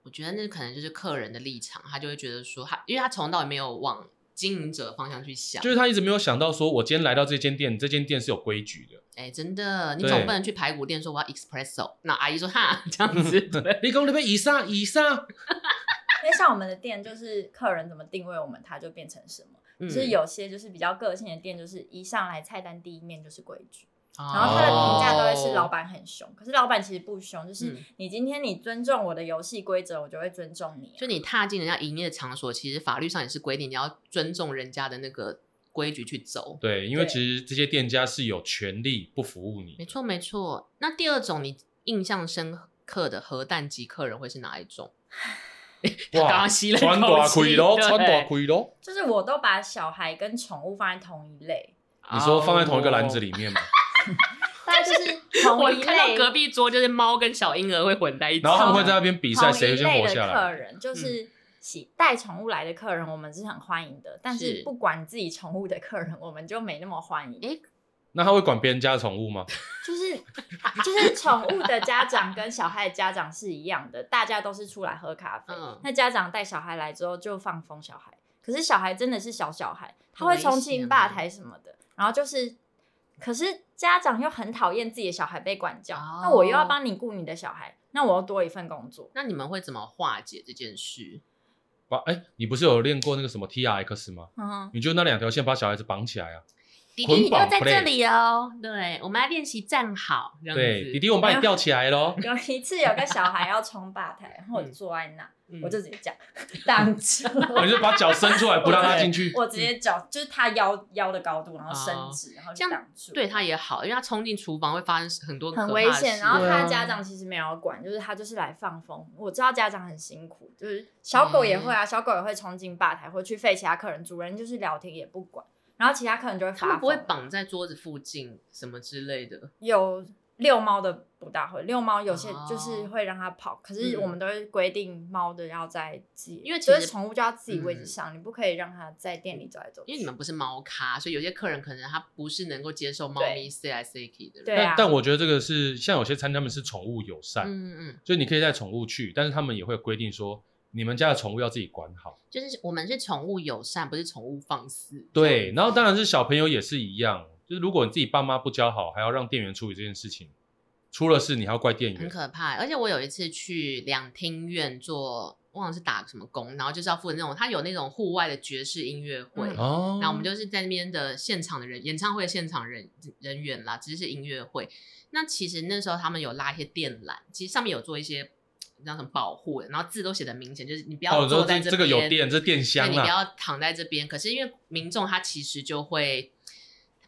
[SPEAKER 2] 我觉得那可能就是客人的立场，他就会觉得说他，因为他从头到尾没有往经营者方向去想
[SPEAKER 1] 就。是他一直没有想到说，我今天来到这间店，这间店是有规矩的。
[SPEAKER 2] 哎，真的，你
[SPEAKER 1] 对
[SPEAKER 2] 总不能去排骨店说我要 espresso，那阿姨说哈这
[SPEAKER 1] *laughs*
[SPEAKER 2] 样子，对，
[SPEAKER 1] 你讲那边以上以上，
[SPEAKER 3] 因为像我们的店，就是客人怎么定位我们，它就变成什么。
[SPEAKER 2] 嗯
[SPEAKER 3] 就是有些就是比较个性的店，就是一上来菜单第一面就是规矩，
[SPEAKER 2] 哦，
[SPEAKER 3] 然后他的评价都会是老板很凶，可是老板其实不凶，就是
[SPEAKER 2] 嗯
[SPEAKER 3] 你今天你尊重我的游戏规则，我就会尊重你啊、
[SPEAKER 2] 就你踏进人家营业场所，其实法律上也是规定你要尊重人家的那个规矩去走。
[SPEAKER 1] 对，因为
[SPEAKER 3] 对
[SPEAKER 1] 其实这些店家是有权利不服务你
[SPEAKER 2] 没。错，没错。那第二种你印象深刻的核弹级客人会是哪一种？他刚刚吸了一口
[SPEAKER 1] 穿大
[SPEAKER 2] 气
[SPEAKER 1] 亏咯，
[SPEAKER 2] 对
[SPEAKER 1] 穿大亏咯。
[SPEAKER 3] 就是我都把小孩跟宠物放在同
[SPEAKER 2] *laughs*
[SPEAKER 3] 一类，
[SPEAKER 2] 哦
[SPEAKER 1] 你说放在同一个篮子里面嘛，
[SPEAKER 3] 大概就是
[SPEAKER 2] 哦。我
[SPEAKER 3] 同一
[SPEAKER 2] 看到
[SPEAKER 3] 类，
[SPEAKER 2] 隔壁桌就是猫跟小婴儿会混在一起，
[SPEAKER 1] 然后他们会在那边比赛谁先活
[SPEAKER 3] 同一类
[SPEAKER 1] 下
[SPEAKER 3] 的客
[SPEAKER 1] 来。嗯
[SPEAKER 3] 人就是喜带宠物来的客人，我们是很欢迎的，但
[SPEAKER 2] 是
[SPEAKER 3] 是不管自己宠物的客人，我们就没那么欢迎。
[SPEAKER 2] 诶
[SPEAKER 1] 那他会管别人家的宠物吗？
[SPEAKER 3] 就是 *laughs* 就是宠物的家长跟小孩的家长是一样的，大家都是出来喝咖啡。
[SPEAKER 2] 嗯
[SPEAKER 3] 那家长带小孩来之后就放风小孩，可是小孩真的是小小孩，他
[SPEAKER 2] 很危
[SPEAKER 3] 会
[SPEAKER 2] 险啊
[SPEAKER 3] 冲进吧台什么的，然后就是，可是家长又很讨厌自己的小孩被管教，
[SPEAKER 2] 哦
[SPEAKER 3] 那我又要帮你顾你的小孩，那我又多一份工作。
[SPEAKER 2] 那你们会怎么化解这件事？
[SPEAKER 1] 把哎，你不是有练过那个什么 T R X 吗？
[SPEAKER 3] 嗯哼，
[SPEAKER 1] 你就那两条线把小孩子绑起来啊。
[SPEAKER 2] 弟弟，
[SPEAKER 1] 捆
[SPEAKER 2] 你
[SPEAKER 1] 绑
[SPEAKER 2] 又在
[SPEAKER 1] play
[SPEAKER 2] 这里哦。对，我们来练习站好，这样子。嗯
[SPEAKER 1] 对，弟弟，我们把你吊起来咯。
[SPEAKER 3] 有一次有个小孩要冲吧台，然后我就坐在那，
[SPEAKER 2] 嗯，
[SPEAKER 3] 我就直接这样挡住，
[SPEAKER 2] 哎
[SPEAKER 1] 哦你就把脚伸出来，不让他进去。
[SPEAKER 3] 我直接脚就是他腰腰的高度，然后伸直，然后
[SPEAKER 2] 哦这样
[SPEAKER 3] 就挡住。
[SPEAKER 2] 对他也好，因为他冲进厨房会发生很多
[SPEAKER 3] 很
[SPEAKER 2] 可
[SPEAKER 3] 危
[SPEAKER 2] 怕的
[SPEAKER 3] 险，
[SPEAKER 2] 事
[SPEAKER 3] 然后
[SPEAKER 1] 对啊
[SPEAKER 3] 他的家长其实没有管，就是他就是来放风。我知道家长很辛苦，就是
[SPEAKER 2] 嗯
[SPEAKER 3] 小狗也会啊，小狗也会冲进吧台，或去吠其他客人，主人就是聊天也不管，然后其他客人就会
[SPEAKER 2] 他
[SPEAKER 3] 发
[SPEAKER 2] 们不会
[SPEAKER 3] 疯
[SPEAKER 2] 绑在桌子附近什么之类的。
[SPEAKER 3] 有遛猫的不大会，遛猫有些
[SPEAKER 2] 哦
[SPEAKER 3] 就是会让它跑，可是
[SPEAKER 2] 嗯
[SPEAKER 3] 我们都会规定猫的要在自己，
[SPEAKER 2] 因为其
[SPEAKER 3] 就是
[SPEAKER 2] 实嗯
[SPEAKER 3] 宠物就要自己位置上，你不可以让它在店里走来走去。
[SPEAKER 2] 因为你们不是猫咖，所以有些客人可能他不是能够接受猫咪 C 来 C K 的人。
[SPEAKER 3] 对
[SPEAKER 1] 但
[SPEAKER 3] 啊
[SPEAKER 1] 但我觉得这个是像有些餐厅他们是宠物友善，
[SPEAKER 2] 嗯嗯，
[SPEAKER 1] 所以你可以带宠物去，但是他们也会规定说，你们家的宠物要自己管好。
[SPEAKER 2] 就是我们是宠物友善，不是宠物放肆。
[SPEAKER 1] 对，然后当然是小朋友也是一样，就是如果你自己爸妈不教好，还要让店员处理这件事情，出了事你还要怪店
[SPEAKER 2] 很
[SPEAKER 1] 员。
[SPEAKER 2] 可怕。而且我有一次去两厅院做，忘了是打什么工，然后就是要负责那种，他有那种户外的爵士音乐会。
[SPEAKER 3] 嗯
[SPEAKER 1] 哦，
[SPEAKER 2] 那我们就是在那边的现场的人，演唱会现场人人员啦，只是音乐会。那其实那时候他们有拉一些电缆，其实上面有做一些那种保护的，然后字都写的明显，就是你
[SPEAKER 1] 哦，
[SPEAKER 2] 不要
[SPEAKER 1] 你
[SPEAKER 2] 坐
[SPEAKER 1] 说
[SPEAKER 2] 在
[SPEAKER 1] 这这个有
[SPEAKER 2] 边
[SPEAKER 1] 电，这电
[SPEAKER 2] 对
[SPEAKER 1] 箱
[SPEAKER 2] 你不
[SPEAKER 1] 啊，
[SPEAKER 2] 要躺在这边。可是因为民众他其实就会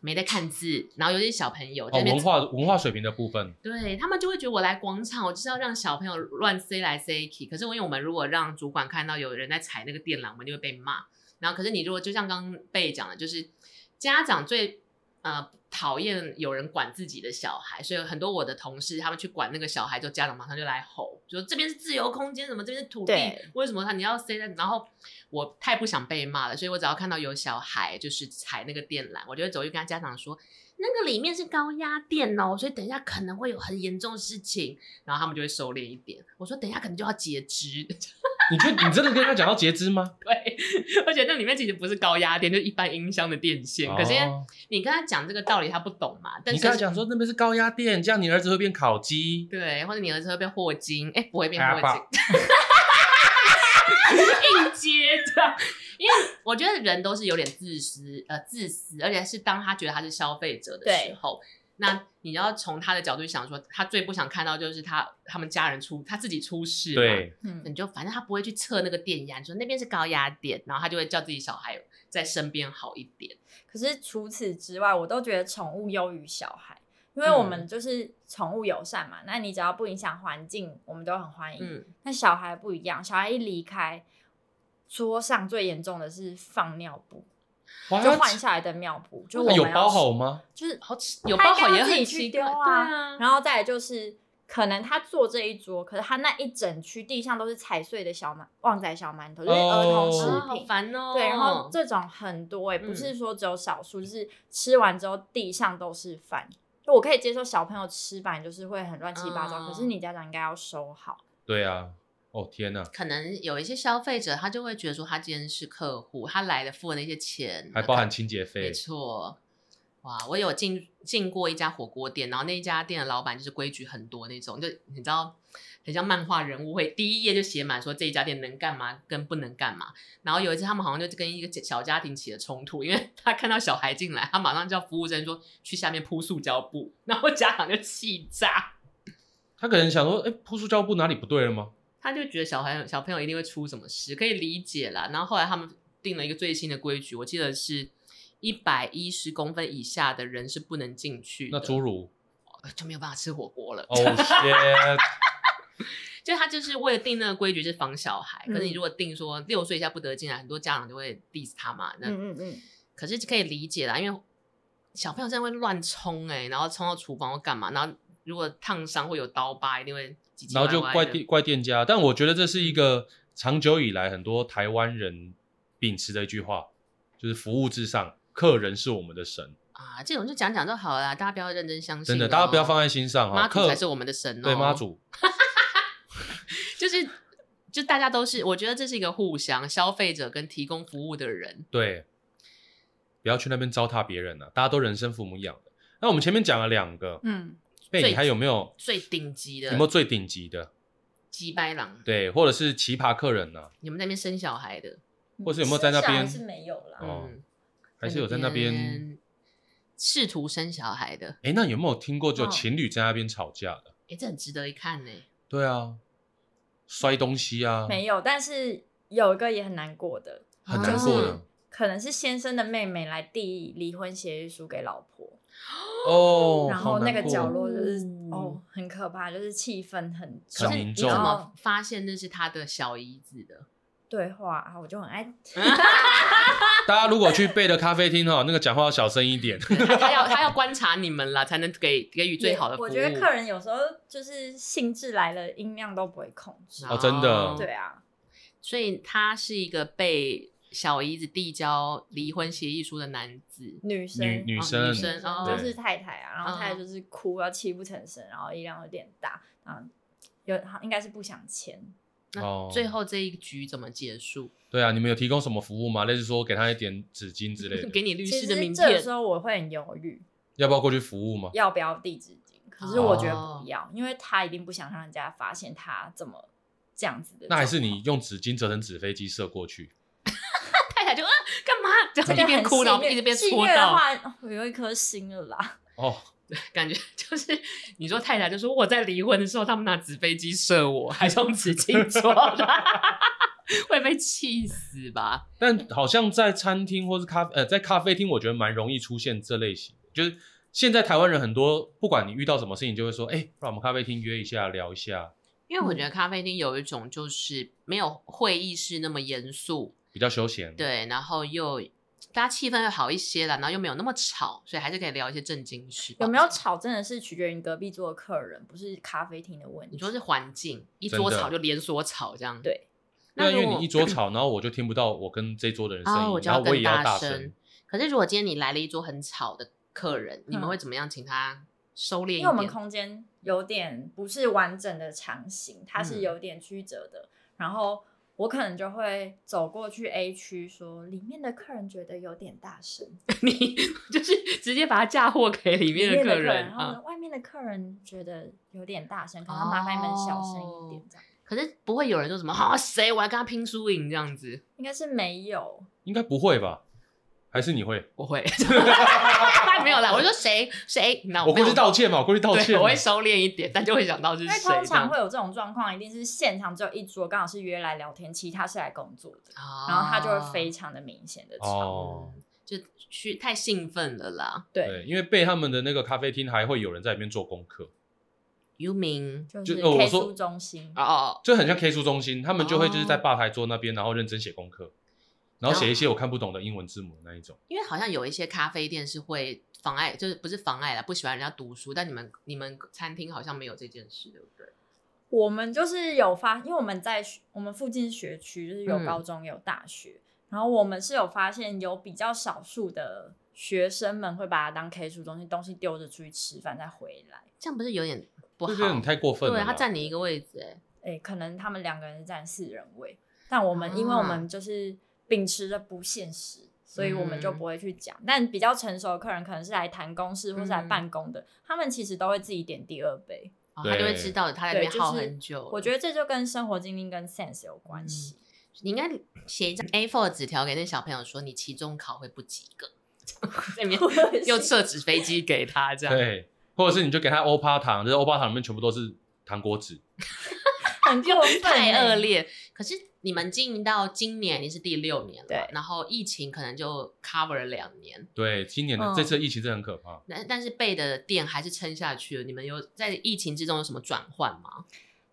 [SPEAKER 2] 没在看字，然后尤其是小朋友在
[SPEAKER 1] 哦，
[SPEAKER 2] 那边、
[SPEAKER 1] 文化文化水平的部分，
[SPEAKER 2] 对他们就会觉得我来广场，我就是要让小朋友乱塞来塞去。可是因为我们如果让主管看到有人在踩那个电缆，我们就会被骂。然后可是你如果就像刚刚贝讲的，就是家长最呃讨厌有人管自己的小孩，所以很多我的同事他们去管那个小孩，就家长马上就来吼，就说这边是自由空间，什么这边是土地
[SPEAKER 3] 对，
[SPEAKER 2] 为什么他你要塞在？然后我太不想被骂了，所以我只要看到有小孩就是踩那个电缆，我就会走去跟他家长说。那个里面是高压电哦，所以等一下可能会有很严重的事情，然后他们就会收敛一点。我说等一下可能就要截肢，
[SPEAKER 1] 你觉得你真的跟他讲到截肢吗？
[SPEAKER 2] 对， *laughs* 而且那里面其实不是高压电，就一般音箱的电线。可是因为
[SPEAKER 1] 哦
[SPEAKER 2] 你跟他讲这个道理，他不懂嘛。但
[SPEAKER 1] 你
[SPEAKER 2] 是
[SPEAKER 1] 跟他讲说那边是高压电，这样你儿子会变烤鸡。
[SPEAKER 2] 对，或者你儿子会变霍金，哎、 *laughs* 不会变
[SPEAKER 1] 哎呀
[SPEAKER 2] 霍金，硬接的。因为我觉得人都是有点自私，呃，自私，而且是当他觉得他是消费者的时候，那你要从他的角度去想说，他最不想看到就是他他们家人出他自己出事，，
[SPEAKER 1] 对，
[SPEAKER 2] 你
[SPEAKER 3] 嗯，
[SPEAKER 2] 就反正他不会去测那个电压，你说那边是高压电，然后他就会叫自己小孩在身边好一点，
[SPEAKER 3] 可是除此之外，我都觉得宠物优于小孩，因为我
[SPEAKER 2] 嗯
[SPEAKER 3] 们就是宠物友善嘛。那你只要不影响环境，我们都很欢迎。
[SPEAKER 2] 嗯，
[SPEAKER 3] 那小孩不一样，小孩一离开桌上，最严重的是放尿布，
[SPEAKER 2] 哦
[SPEAKER 1] 哇
[SPEAKER 3] 就换下来的尿布，就我
[SPEAKER 1] 那
[SPEAKER 3] 们
[SPEAKER 1] 有
[SPEAKER 3] 要
[SPEAKER 1] 包好吗？
[SPEAKER 3] 就是
[SPEAKER 2] 好吃有
[SPEAKER 3] 他
[SPEAKER 2] 包
[SPEAKER 3] 应该
[SPEAKER 2] 好
[SPEAKER 3] 要
[SPEAKER 2] 也
[SPEAKER 3] 自己
[SPEAKER 2] 很奇
[SPEAKER 3] 去
[SPEAKER 2] 怪，
[SPEAKER 3] 丢
[SPEAKER 2] 对
[SPEAKER 3] 啊
[SPEAKER 2] 啊，
[SPEAKER 3] 然后再来就是，可能他坐这一桌，可是他那一整区地上都是踩碎的小馒旺仔小馒头，就是儿童
[SPEAKER 1] 后
[SPEAKER 2] 啊
[SPEAKER 3] 食
[SPEAKER 2] 好
[SPEAKER 3] 品。
[SPEAKER 2] 烦哦，
[SPEAKER 3] 对，然后这种很多欸
[SPEAKER 1] 嗯
[SPEAKER 3] 也、不是说只有少数，就是吃完之后地上都是饭。就我可以接受小朋友吃饭就是会很乱七八糟，
[SPEAKER 2] 嗯
[SPEAKER 3] 可是你家长应该要收好。
[SPEAKER 1] 对啊，哦天哪，
[SPEAKER 2] 可能有一些消费者，他就会觉得说，他今天是客户，他来了付了那些钱，
[SPEAKER 1] 还包含清洁
[SPEAKER 2] 没
[SPEAKER 1] 费，
[SPEAKER 2] 错。哇，我有进进过一家火锅店，然后那一家店的老板就是规矩很多那种，就你知道，很像漫画人物会第一页就写满说这一家店能干嘛跟不能干嘛。然后有一次他们好像就跟一个小家庭起了冲突，因为 *laughs* 他看到小孩进来，他马上叫服务生说去下面铺塑胶布，然后家长就气炸，
[SPEAKER 1] 他可能想说，哎，铺塑胶布哪里不对了吗？
[SPEAKER 2] 他就觉得小孩小朋友一定会出什么事，可以理解啦。然后后来他们定了一个最新的规矩，我记得是一百一十公分以下的人是不能进去的，
[SPEAKER 1] 那侏
[SPEAKER 2] *laughs*
[SPEAKER 1] 儒，
[SPEAKER 2] 呃就没有办法吃火锅了。
[SPEAKER 1] 哦
[SPEAKER 2] *laughs*
[SPEAKER 1] 天，
[SPEAKER 2] 就他就是为了定那个规矩是防小孩，可是你
[SPEAKER 3] 嗯
[SPEAKER 2] 如果定说六岁以下不得进来，很多家长就会 diss 他嘛。那、
[SPEAKER 3] 嗯嗯嗯，
[SPEAKER 2] 可是可以理解啦，因为小朋友真的会乱冲哎、然后冲到厨房或干嘛，然后如果烫伤会有刀疤，一定会唧唧
[SPEAKER 1] 然后就
[SPEAKER 2] 歪歪
[SPEAKER 1] 怪
[SPEAKER 2] 的
[SPEAKER 1] 店怪店家，但我觉得这是一个长久以来很多台湾人秉持的一句话，就是服务至上，客人是我们的神。
[SPEAKER 2] 啊，这种就讲讲就好了啦，大家不要认真相信、
[SPEAKER 1] 真的，大家不要放。在心上
[SPEAKER 2] 哦妈
[SPEAKER 1] 啊！
[SPEAKER 2] 祖
[SPEAKER 1] 客
[SPEAKER 2] 才是我们的神哦
[SPEAKER 1] 对妈祖，
[SPEAKER 2] 就是就大家都是，我觉得这是一个互相，消费者跟提供服务的人，
[SPEAKER 1] 对，不要去那边糟蹋别人了、啊大家都人生父母养的。那我们前面讲了两个，
[SPEAKER 3] 嗯，
[SPEAKER 1] 贝、
[SPEAKER 2] 最
[SPEAKER 1] 你还有没有
[SPEAKER 2] 最顶级的
[SPEAKER 1] 有没有最顶级的？
[SPEAKER 2] 鸡掰狼，
[SPEAKER 1] 对，或者是奇葩客人呢、
[SPEAKER 2] 你们那边生小孩的，
[SPEAKER 1] 或是有没有在那
[SPEAKER 3] 生小孩
[SPEAKER 1] 边
[SPEAKER 3] 是没有啦。
[SPEAKER 1] 哦
[SPEAKER 2] 嗯，
[SPEAKER 1] 还是有在那边？
[SPEAKER 2] 试图生小孩的，
[SPEAKER 1] 哎、那有没有听过就
[SPEAKER 3] 哦
[SPEAKER 1] 情侣在那边吵架的？
[SPEAKER 2] 哎，这很值得一看呢。
[SPEAKER 1] 对啊，摔东西啊，
[SPEAKER 3] 没有，但是有一个也很难过的，
[SPEAKER 1] 很难过
[SPEAKER 2] 啊
[SPEAKER 1] 的
[SPEAKER 3] 可能是先生的妹妹来递离婚协议书给老婆，
[SPEAKER 1] 哦。
[SPEAKER 3] 然
[SPEAKER 1] 好
[SPEAKER 3] 后
[SPEAKER 1] 难
[SPEAKER 3] 那个
[SPEAKER 1] 过
[SPEAKER 3] 角落就是
[SPEAKER 2] 哦
[SPEAKER 3] 哦，很可怕，就是气氛很
[SPEAKER 2] 可
[SPEAKER 3] 重
[SPEAKER 1] 很
[SPEAKER 2] 是
[SPEAKER 1] 凝
[SPEAKER 2] 你怎
[SPEAKER 1] 重
[SPEAKER 3] 哦
[SPEAKER 2] 么发现那是他的小姨子的？
[SPEAKER 3] 对话啊，我就很爱。
[SPEAKER 1] 大家如果去贝的咖啡厅哈，那个讲话要小声一点。
[SPEAKER 2] 他他要他要观察你们啦，才能给给予最好的服务。
[SPEAKER 3] 我觉得客人有时候就是兴致来了，音量都不会控制。
[SPEAKER 1] 哦真的
[SPEAKER 3] 对啊，
[SPEAKER 2] 所以他是一个被小姨子递交离婚协议书的男子，
[SPEAKER 3] 女生
[SPEAKER 1] 女女
[SPEAKER 2] 哦
[SPEAKER 1] 生，
[SPEAKER 2] 女生哦
[SPEAKER 3] 就
[SPEAKER 1] 对
[SPEAKER 3] 是太太啊，然后
[SPEAKER 2] 嗯
[SPEAKER 3] 太太就是哭，要泣不成声，然后音量有点大，啊，有好应该是不想签。
[SPEAKER 2] 那
[SPEAKER 1] 哦
[SPEAKER 2] 最后这一局怎么结束？
[SPEAKER 1] 对啊，你们有提供什么服务吗？类似说给他一点纸巾之类的，
[SPEAKER 2] *laughs* 给你律
[SPEAKER 3] 其
[SPEAKER 2] 师的
[SPEAKER 3] 实
[SPEAKER 2] 名
[SPEAKER 3] 这个
[SPEAKER 2] 片
[SPEAKER 3] 时，候我会很犹豫，
[SPEAKER 1] 要不要过去服务吗？
[SPEAKER 3] 要不要递纸巾？可是我觉
[SPEAKER 2] 哦
[SPEAKER 3] 得不要，因为他一定不想让人家发现他怎么这样子的。
[SPEAKER 1] 那还是你用纸巾折成纸飞机射过去，
[SPEAKER 2] 太太就啊干嘛？ *laughs* 然
[SPEAKER 3] 这
[SPEAKER 2] 后
[SPEAKER 3] 个
[SPEAKER 2] 一边
[SPEAKER 3] 很
[SPEAKER 2] 哭，
[SPEAKER 3] 戏
[SPEAKER 2] 然后
[SPEAKER 3] 虐
[SPEAKER 2] 一直被
[SPEAKER 3] 戏
[SPEAKER 2] 戳
[SPEAKER 3] 虐的
[SPEAKER 2] 到，
[SPEAKER 3] 话，我有一颗心了啦。
[SPEAKER 1] 哦，
[SPEAKER 2] 感觉 *laughs* 就是你说太太就说我在离婚的时候，他们拿纸飞机射我，还用纸巾戳的， *laughs* 会被气死吧？
[SPEAKER 1] 但好像在餐厅或是咖呃在咖啡厅，我觉得蛮容易出现这类型的，就是现在台湾人很多，不管你遇到什么事情，就会说，哎、不然我们咖啡厅约一下聊一下，
[SPEAKER 2] 因为
[SPEAKER 3] 嗯
[SPEAKER 2] 我觉得咖啡厅有一种就是没有会议室那么严肃，
[SPEAKER 1] 比较休闲。，
[SPEAKER 2] 对，然后又大家气氛会好一些啦，然后又没有那么吵，所以还是可以聊一些正经事吧。
[SPEAKER 3] 有没有吵真的是取决于你隔壁桌的客人，不是咖啡厅的问题。
[SPEAKER 2] 你说是环境，一
[SPEAKER 1] 真
[SPEAKER 2] 桌
[SPEAKER 1] 的
[SPEAKER 2] 吵就连锁吵这样。
[SPEAKER 3] 对，
[SPEAKER 1] 那因
[SPEAKER 2] 如
[SPEAKER 1] 为
[SPEAKER 2] 果
[SPEAKER 1] 你一桌
[SPEAKER 2] *coughs*
[SPEAKER 1] 吵，然后我就听不到我跟这桌的人声音，
[SPEAKER 2] 哦我就
[SPEAKER 1] 然
[SPEAKER 2] 要
[SPEAKER 1] 后我也
[SPEAKER 2] 更
[SPEAKER 1] 要
[SPEAKER 2] 大
[SPEAKER 1] 大
[SPEAKER 2] 声可是如果今天你来了一桌很吵的客人，你们
[SPEAKER 3] 嗯
[SPEAKER 2] 会怎么样请他收敛一
[SPEAKER 3] 因
[SPEAKER 2] 点？
[SPEAKER 3] 为我们空间有点不是完整的长形，它
[SPEAKER 1] 嗯
[SPEAKER 3] 是有点曲折的，然后。我可能就会走过去 A 区说，里面的客人觉得有点大声，
[SPEAKER 2] 你 *laughs* 就是直接把他嫁祸给里面
[SPEAKER 3] 里
[SPEAKER 2] 的
[SPEAKER 3] 面的
[SPEAKER 2] 客
[SPEAKER 3] 客人，嗯
[SPEAKER 2] 人
[SPEAKER 3] 然后
[SPEAKER 2] 啊。
[SPEAKER 3] 呢，外面的客人觉得有点大声，可能麻烦你们小声一点这样。
[SPEAKER 2] 可是不会有人说什么啊谁我要跟他拼输赢这样子，
[SPEAKER 3] 应该是没有。
[SPEAKER 1] 应该不会吧？还是你会？
[SPEAKER 2] 我
[SPEAKER 3] *laughs*
[SPEAKER 2] 会，没有啦，我就说谁谁，那
[SPEAKER 1] 我
[SPEAKER 2] 没
[SPEAKER 1] 过
[SPEAKER 2] 有
[SPEAKER 1] 去道歉嘛，我过去道
[SPEAKER 2] 对
[SPEAKER 1] 歉嘛。
[SPEAKER 2] 我会收敛一点，但就会想到是
[SPEAKER 3] 因
[SPEAKER 2] 谁
[SPEAKER 3] 为
[SPEAKER 2] 这样。
[SPEAKER 3] 通常会有这种状况，一定是现场只有一桌，刚好是约来聊天，其他是来工作的，
[SPEAKER 2] 啊，
[SPEAKER 3] 然后他就会非常的明显的吵。
[SPEAKER 1] 哦，
[SPEAKER 2] 就去太兴奋了啦。
[SPEAKER 3] 对，
[SPEAKER 1] 对，因为被他们的那个咖啡厅还会有人在里面做功课，
[SPEAKER 2] You mean？
[SPEAKER 3] 就
[SPEAKER 1] 就是呃我
[SPEAKER 3] K
[SPEAKER 1] 说
[SPEAKER 3] 书中心
[SPEAKER 2] 哦，哦，
[SPEAKER 1] 就很像 K 书中心，他们就会就是在
[SPEAKER 2] 哦
[SPEAKER 1] 吧台桌那边，然后认真写功课，然后写一些我看不懂的英文字母的那一种。
[SPEAKER 2] 因为好像有一些咖啡店是会妨碍，就是不是妨碍了，不喜欢人家读书，但你们你们餐厅好像没有这件事，对不对？
[SPEAKER 3] 我们就是有发，因为我们在学我们附近学区就是有
[SPEAKER 2] 嗯
[SPEAKER 3] 高中、有大学，然后我们是有发现有比较少数的学生们会把它当 K 书中心，东西丢着出去吃饭再回来。
[SPEAKER 2] 这样不是有点不
[SPEAKER 1] 我
[SPEAKER 2] 好？
[SPEAKER 1] 觉得你太过分了
[SPEAKER 2] 对
[SPEAKER 1] 吧。
[SPEAKER 2] 他占你一个位置，哎，
[SPEAKER 3] 哎，可能他们两个人占四人位，但我们、因为我
[SPEAKER 2] 啊
[SPEAKER 3] 们就是秉持着不现实，所以我
[SPEAKER 2] 嗯
[SPEAKER 3] 们就不会去讲。但比较成熟的客人，可能是来谈公事或是来
[SPEAKER 2] 嗯
[SPEAKER 3] 办公的，他们其实都会自己点第二杯。
[SPEAKER 2] 哦
[SPEAKER 1] 对
[SPEAKER 2] 他就会知道他在那
[SPEAKER 3] 对
[SPEAKER 2] 边
[SPEAKER 3] 就是
[SPEAKER 2] 耗很久。
[SPEAKER 3] 我觉得这就跟生活经历跟 sense 有关系。
[SPEAKER 2] 你应该写一张 A4 的纸条给那小朋友说，你期中考会不及格， *laughs* 这
[SPEAKER 3] *laughs*
[SPEAKER 2] 里面嗯又设纸飞机给他这样。
[SPEAKER 1] 对，或者是你就给他欧巴糖，就是欧巴糖里面全部都是糖果纸。
[SPEAKER 3] 很过分、欸
[SPEAKER 2] 太恶。劣。可是你们经营到今年已经是第六年了，
[SPEAKER 3] 对
[SPEAKER 2] 然后疫情可能就 cover 了两年，
[SPEAKER 1] 对，今年的、
[SPEAKER 3] 嗯
[SPEAKER 1] 这次的疫情真的很可怕。
[SPEAKER 2] 但但是贝的店还是撑下去了。你们有在疫情之中有什么转换吗？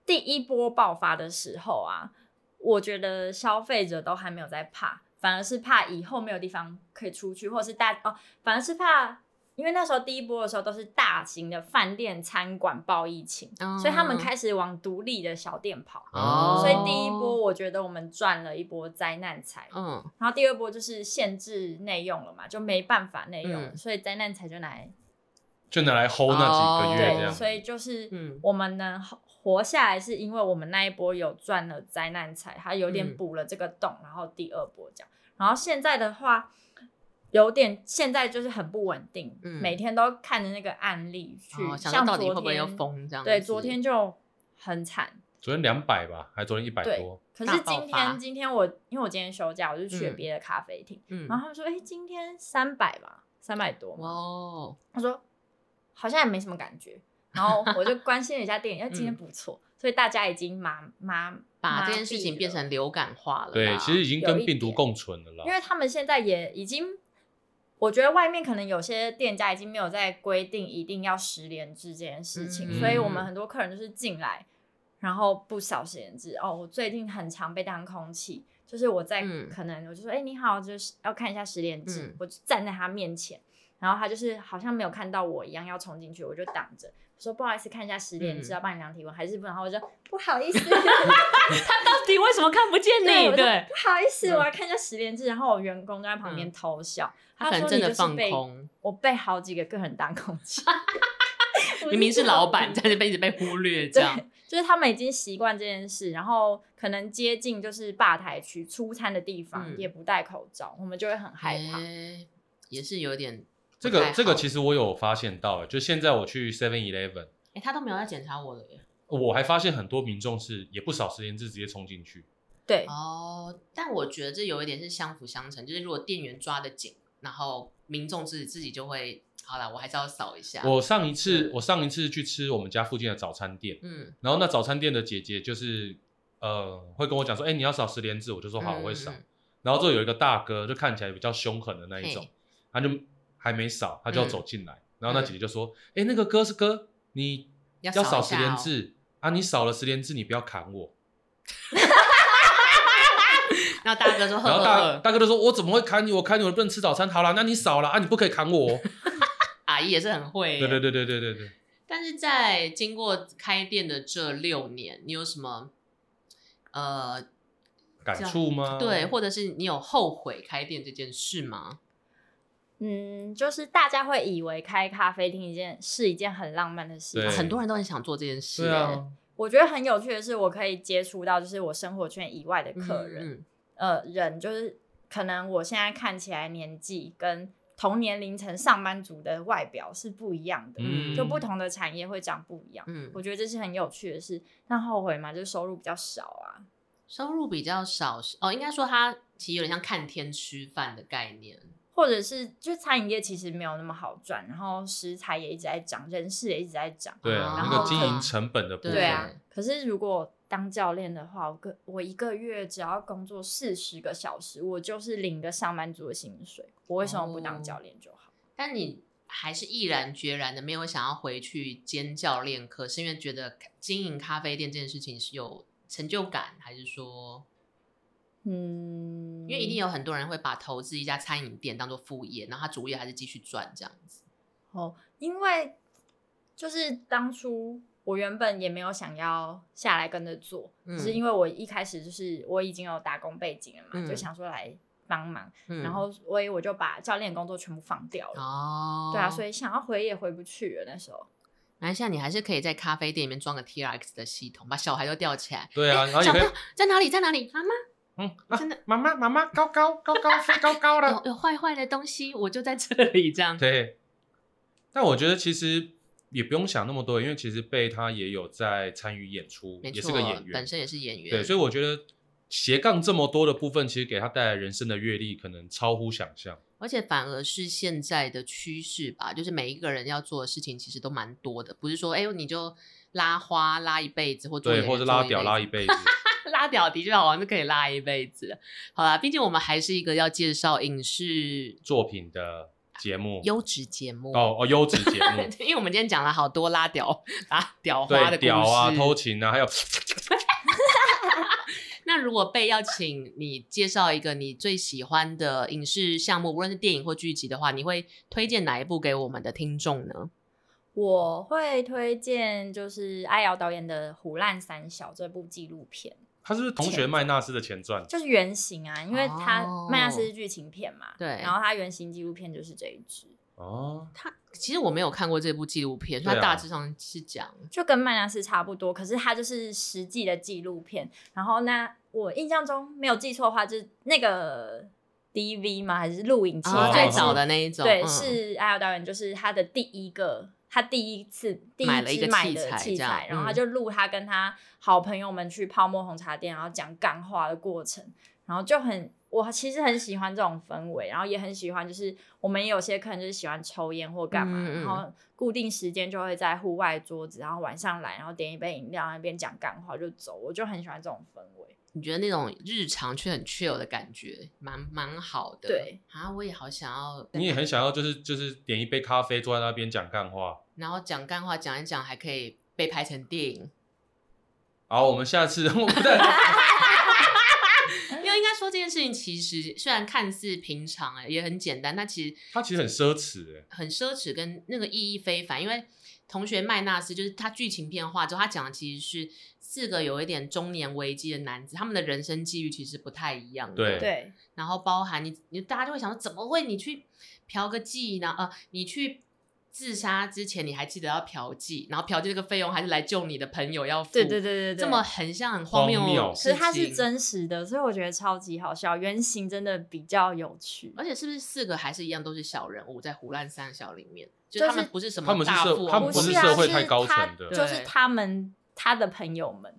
[SPEAKER 3] 第一波爆发的时候啊，我觉得消费者都还没有在怕，反而是怕以后没有地方可以出去，或是大哦，反而是怕，因为那时候第一波的时候都是大型的饭店、餐馆爆疫情，
[SPEAKER 2] 嗯
[SPEAKER 3] 哦所以他们开始往独立的小店跑。
[SPEAKER 1] 哦
[SPEAKER 3] 所以第一波，，我觉得我们赚了一波灾难财，
[SPEAKER 2] 嗯，
[SPEAKER 3] 然后第二波就是限制内用了嘛，就没办法内用了，
[SPEAKER 2] 嗯
[SPEAKER 3] 所以灾难财就拿来
[SPEAKER 1] 就拿来 hold 那几个月
[SPEAKER 2] 哦
[SPEAKER 1] 这
[SPEAKER 3] 对，
[SPEAKER 1] 样。
[SPEAKER 3] 所以就是
[SPEAKER 2] 嗯
[SPEAKER 3] 我们能活下来，是因为我们那一波有赚了灾难财，它有
[SPEAKER 2] 嗯
[SPEAKER 3] 点补了这个洞，然后第二波这样。然后现在的话，有点现在就是很不稳定，
[SPEAKER 2] 嗯
[SPEAKER 3] 每天都看着那个案例去，
[SPEAKER 2] 哦，想
[SPEAKER 3] 像
[SPEAKER 2] 到
[SPEAKER 3] 昨
[SPEAKER 2] 到底
[SPEAKER 3] 天
[SPEAKER 2] 会不会又疯这样子？
[SPEAKER 3] 对，昨天就很惨。
[SPEAKER 1] 昨天两百吧，还昨天一百
[SPEAKER 3] 对
[SPEAKER 1] 多。
[SPEAKER 3] 可是
[SPEAKER 2] 大爆
[SPEAKER 3] 今
[SPEAKER 2] 发
[SPEAKER 3] 天今天我因为我今天休假，我就去
[SPEAKER 2] 嗯
[SPEAKER 3] 别的咖啡厅，
[SPEAKER 2] 嗯，
[SPEAKER 3] 然后他们说，哎、今天三百吧，三百多嘛
[SPEAKER 2] 哇哦，
[SPEAKER 3] 他说好像也没什么感觉，然后我就关心了一下 *laughs* 电影，哎，今天不错，所以大家已经麻麻
[SPEAKER 2] 把这件事情变，
[SPEAKER 3] 麻痹
[SPEAKER 2] 成流感化了啦。
[SPEAKER 1] 对，其实已经
[SPEAKER 3] 有
[SPEAKER 1] 跟
[SPEAKER 3] 一
[SPEAKER 1] 病毒
[SPEAKER 3] 点
[SPEAKER 1] 共存了啦
[SPEAKER 3] 了因。为他们现在也已经，我觉得外面可能有些店家已经没有在规定一定要十连制这件事情，
[SPEAKER 1] 嗯
[SPEAKER 3] 所以我们很多客人就是进来，然后不少十连制。哦，我最近很常被当空气。就是我在、
[SPEAKER 2] 嗯
[SPEAKER 3] 可能我就说，哎、你好，就是要看一下十连制，
[SPEAKER 2] 嗯
[SPEAKER 3] 我就站在他面前，然后他就是好像没有看到我一样要冲进去，我就挡着，说不好意思，看一下十连制，
[SPEAKER 2] 嗯
[SPEAKER 3] 要帮你量体温还是不？然后我就不好意思， *laughs*
[SPEAKER 2] 他到底为什么看不见
[SPEAKER 3] 对，我
[SPEAKER 2] 你？
[SPEAKER 3] 就
[SPEAKER 2] 对，
[SPEAKER 3] 不好意思，
[SPEAKER 2] 嗯
[SPEAKER 3] 我要看一下十连制，然后我员工就在旁边偷笑，
[SPEAKER 2] 他可
[SPEAKER 3] 说
[SPEAKER 2] 能真
[SPEAKER 3] 你
[SPEAKER 2] 的
[SPEAKER 3] 就是
[SPEAKER 2] 放
[SPEAKER 3] 被，
[SPEAKER 2] 空，
[SPEAKER 3] 我被好几个个人当空气， *laughs* 我
[SPEAKER 2] *laughs*
[SPEAKER 3] 就
[SPEAKER 2] 明明是老
[SPEAKER 3] *laughs*
[SPEAKER 2] 板，但是被一直被忽略这
[SPEAKER 3] 对
[SPEAKER 2] 样。，
[SPEAKER 3] 就是他们已经习惯这件事，然后可能接近就是吧台区出餐的地方、
[SPEAKER 2] 嗯
[SPEAKER 3] 也不戴口罩，我们就会很害怕。
[SPEAKER 2] 欸也是有点
[SPEAKER 1] 这
[SPEAKER 2] 不太
[SPEAKER 1] 个
[SPEAKER 2] 好
[SPEAKER 1] 这个其实我有发现到，就现在我去 Seven Eleven，
[SPEAKER 2] 哎、他都没有在检查我的耶。
[SPEAKER 1] 我还发现很多民众是也不少时间是直接冲进去。
[SPEAKER 3] 对，
[SPEAKER 2] 哦，但我觉得这有一点是相辅相成，就是如果店员抓得紧，然后民众自己自己就会好了，我还是要扫一下。
[SPEAKER 1] 我上一次
[SPEAKER 2] 是
[SPEAKER 1] 我上一次去吃我们家附近的早餐店，
[SPEAKER 2] 嗯，
[SPEAKER 1] 然后那早餐店的姐姐就是呃会跟我讲说，哎、你要扫十连制，我就说好，
[SPEAKER 2] 嗯
[SPEAKER 1] 我会扫。
[SPEAKER 2] 嗯
[SPEAKER 1] 然后之后有一个大哥，就看起来比较凶狠的那一种
[SPEAKER 2] 嘿，
[SPEAKER 1] 他就还没扫，他就要
[SPEAKER 2] 嗯
[SPEAKER 1] 走进来，然后那
[SPEAKER 2] 嗯
[SPEAKER 1] 姐姐就说，哎、那个哥是哥，你
[SPEAKER 2] 要
[SPEAKER 1] 要扫
[SPEAKER 2] 扫一
[SPEAKER 1] 十
[SPEAKER 2] 下
[SPEAKER 1] 连
[SPEAKER 2] 哦
[SPEAKER 1] 制、啊，你扫了十连制，你不要砍我。
[SPEAKER 2] *laughs* 然后大哥说呵
[SPEAKER 1] 然后
[SPEAKER 2] 呵
[SPEAKER 1] 大
[SPEAKER 2] 呵，
[SPEAKER 1] 大哥就说：“我怎么会砍你？我砍你，我不能吃早餐。好了，那你少了啊，你不可以砍我哦。
[SPEAKER 2] *laughs* 阿姨也是很 *laughs* 会”耶。
[SPEAKER 1] 对对对对对对对，
[SPEAKER 2] 但是在经过开店的这六年，你有什么呃
[SPEAKER 1] 感触吗？
[SPEAKER 2] 对，或者是你有后悔开店这件事吗？
[SPEAKER 3] 嗯，就是大家会以为开咖啡厅一件是一件很浪漫的事
[SPEAKER 1] 对
[SPEAKER 3] 情，
[SPEAKER 2] 啊很多人都很想做这件事耶。
[SPEAKER 1] 对啊，
[SPEAKER 3] 我觉得很有趣的是，我可以接触到就是我生活圈以外的
[SPEAKER 2] 嗯，
[SPEAKER 3] 客人，
[SPEAKER 2] 嗯
[SPEAKER 3] 呃人，就是可能我现在看起来年纪跟同年龄层上班族的外表是不一样的，
[SPEAKER 1] 嗯
[SPEAKER 3] 就不同的产业会长不一样。
[SPEAKER 2] 嗯，
[SPEAKER 3] 我觉得这是很有趣的事。那后悔吗？就是收入比较少啊。
[SPEAKER 2] 收入比较少是哦，应该说它其实有点像看天吃饭的概念。
[SPEAKER 3] 或者是，就餐饮业其实没有那么好赚，然后食材也一直在涨，人事也一直在涨，
[SPEAKER 1] 对
[SPEAKER 2] 哦
[SPEAKER 1] 啊，
[SPEAKER 3] 然
[SPEAKER 1] 那
[SPEAKER 3] 后
[SPEAKER 1] 个经
[SPEAKER 3] 可
[SPEAKER 1] 营成本的部分，
[SPEAKER 3] 对啊，可是如果当教练的话，我个我一个月只要工作四十个小时，我就是领个上班族的薪水。我为什么不
[SPEAKER 2] 哦
[SPEAKER 3] 当教练就好？
[SPEAKER 2] 但你还是毅然决然的没有想要回去兼教练课，是因为觉得经营咖啡店这件事情是有成就感，还是说，
[SPEAKER 3] 嗯，
[SPEAKER 2] 因为一定有很多人会把投资一家餐饮店当做副业，然后他主业还是继续赚这样子。
[SPEAKER 3] 哦，因为就是当初我原本也没有想要下来跟着做，
[SPEAKER 2] 嗯
[SPEAKER 3] 只是因为我一开始就是我已经有打工背景了嘛，
[SPEAKER 2] 嗯
[SPEAKER 3] 就想说来帮忙，
[SPEAKER 2] 嗯
[SPEAKER 3] 然后所以我就把教练工作全部放掉了。
[SPEAKER 2] 哦，
[SPEAKER 3] 对啊，所
[SPEAKER 2] 以
[SPEAKER 3] 以想要回也回不去了。那时候，
[SPEAKER 2] 南下你还是可以在咖啡店里面装个 T R X 的系统，把小孩都吊起来。
[SPEAKER 1] 对啊，然后也
[SPEAKER 2] 小
[SPEAKER 1] 可
[SPEAKER 2] 朋
[SPEAKER 1] 以
[SPEAKER 2] 友，在哪里？在哪里？妈妈 *laughs*
[SPEAKER 1] 嗯，啊
[SPEAKER 2] 真的哦
[SPEAKER 1] 妈妈妈妈高高高高飞高高了，
[SPEAKER 2] 有有坏坏的东西，我就在这里这样。
[SPEAKER 1] 对，但我觉得其实也不用想那么多，因为其实贝他也有在参与演出，
[SPEAKER 2] 没
[SPEAKER 1] 也
[SPEAKER 2] 错，
[SPEAKER 1] 是个演员
[SPEAKER 2] 本，身也是演员。
[SPEAKER 1] 对，所以我觉得斜杠这么多的部分，其实给他带来人生的阅历，可能超乎想象。
[SPEAKER 2] 而且反而是现在的趋势吧，就是每一个人要做的事情其实都蛮多的，不是说哎呦你就拉花拉一辈子，或做
[SPEAKER 1] 对，
[SPEAKER 2] 演员
[SPEAKER 1] 或者拉
[SPEAKER 2] 做
[SPEAKER 1] 屌拉一
[SPEAKER 2] 辈
[SPEAKER 1] 辈子，
[SPEAKER 2] 子 *laughs* 拉屌的确好玩，就可以拉一辈子。好啦，毕竟我们还是一个要介绍影视
[SPEAKER 1] 作品的节目，
[SPEAKER 2] 优质节目
[SPEAKER 1] 哦哦优质节目，
[SPEAKER 2] *laughs* 因为我们今天讲了好多拉屌拉屌花的
[SPEAKER 1] 对，
[SPEAKER 2] 故事。
[SPEAKER 1] 屌啊，偷情啊，还有 *sniffs*
[SPEAKER 2] 那如果被要请你介绍一个你最喜欢的影视项目，无论是电影或剧集的话，你会推荐哪一部给我们的听众呢？
[SPEAKER 3] 我会推荐就是艾瑶导演的《虎烂三小》这部纪录片，
[SPEAKER 1] 他是不是同学麦纳斯的前传？
[SPEAKER 3] 就是原型啊，因为它
[SPEAKER 2] 哦
[SPEAKER 3] 麦纳斯是剧情片嘛，
[SPEAKER 2] 对
[SPEAKER 3] 然后它原型纪录片就是这一支，
[SPEAKER 1] 哦，
[SPEAKER 2] 他其实我没有看过这部纪录片，
[SPEAKER 1] 对啊哦
[SPEAKER 2] 它大致上是讲
[SPEAKER 3] 就跟麦纳斯差不多，可是它就是实际的纪录片。然后那我印象中没有记错的话，就是那个 DV 吗？还是录影机？
[SPEAKER 1] 哦
[SPEAKER 3] 最
[SPEAKER 2] 最早的那一种，
[SPEAKER 3] 对，
[SPEAKER 2] 嗯
[SPEAKER 3] 是艾尔导演，就是他的第一个，他第一次第
[SPEAKER 2] 买
[SPEAKER 3] 一
[SPEAKER 2] 了一
[SPEAKER 3] 支
[SPEAKER 2] 个
[SPEAKER 3] 买
[SPEAKER 2] 器
[SPEAKER 3] 的
[SPEAKER 2] 材
[SPEAKER 3] 器
[SPEAKER 2] 这样
[SPEAKER 3] 材，然后他
[SPEAKER 2] 嗯
[SPEAKER 3] 就录他跟他好朋友们去泡沫红茶店，然后讲干话的过程，然后就很。我其实很喜欢这种氛围，然后也很喜欢，就是我们也有些客人就是喜欢抽烟或干嘛，
[SPEAKER 2] 嗯嗯
[SPEAKER 3] 然后固定时间就会在户外桌子，然后晚上来，然后点一杯饮料，那边讲干话就走，我就很喜欢这种氛围。
[SPEAKER 2] 你觉得那种日常却很 chill 的感觉，蛮蛮好的。
[SPEAKER 3] 对
[SPEAKER 2] 啊，我也好想要，
[SPEAKER 1] 你也很想要，就是就是点一杯咖啡，坐在那边讲干话。
[SPEAKER 2] 然后讲干话讲一讲，还可以被拍成电影。
[SPEAKER 1] 好，我们下次 *laughs* 我们再
[SPEAKER 2] 因为应该说这件事情其实虽然看似平常、哎，也很简单，但其实
[SPEAKER 1] 它其实很奢侈哎，
[SPEAKER 2] 很奢侈，跟那个意义非凡。因为同学麦纳斯就是他剧情片化之后，他讲的其实是四个有一点中年危机的男子，他们的人生际遇其实不太一样的。
[SPEAKER 1] 对
[SPEAKER 3] 对，
[SPEAKER 2] 然后包含你，你大家就会想说，怎么会你去嫖个妓呢？呃，你去自杀之前你还记得要嫖妓，然后嫖妓这个费用还是来救你的朋友要付，
[SPEAKER 3] 对对对对对，
[SPEAKER 2] 这么很像很荒
[SPEAKER 1] 荒
[SPEAKER 2] 谬
[SPEAKER 1] 谬
[SPEAKER 2] 的
[SPEAKER 3] 可
[SPEAKER 2] 事
[SPEAKER 3] 是
[SPEAKER 2] 情，
[SPEAKER 3] 它是真实的，所以我觉得超级好笑。原型真的比较有趣，
[SPEAKER 2] 而且是不是四个还是一样都是小人物，在胡乱三小里面，就
[SPEAKER 3] 就是
[SPEAKER 2] 他们不是什么
[SPEAKER 1] 他们是
[SPEAKER 2] 大
[SPEAKER 1] 社
[SPEAKER 2] 富翁，
[SPEAKER 1] 他们不
[SPEAKER 2] 是
[SPEAKER 1] 是
[SPEAKER 3] 啊，
[SPEAKER 1] 社会太高层的
[SPEAKER 3] 是他就是
[SPEAKER 2] 对
[SPEAKER 3] 他们他的朋友们，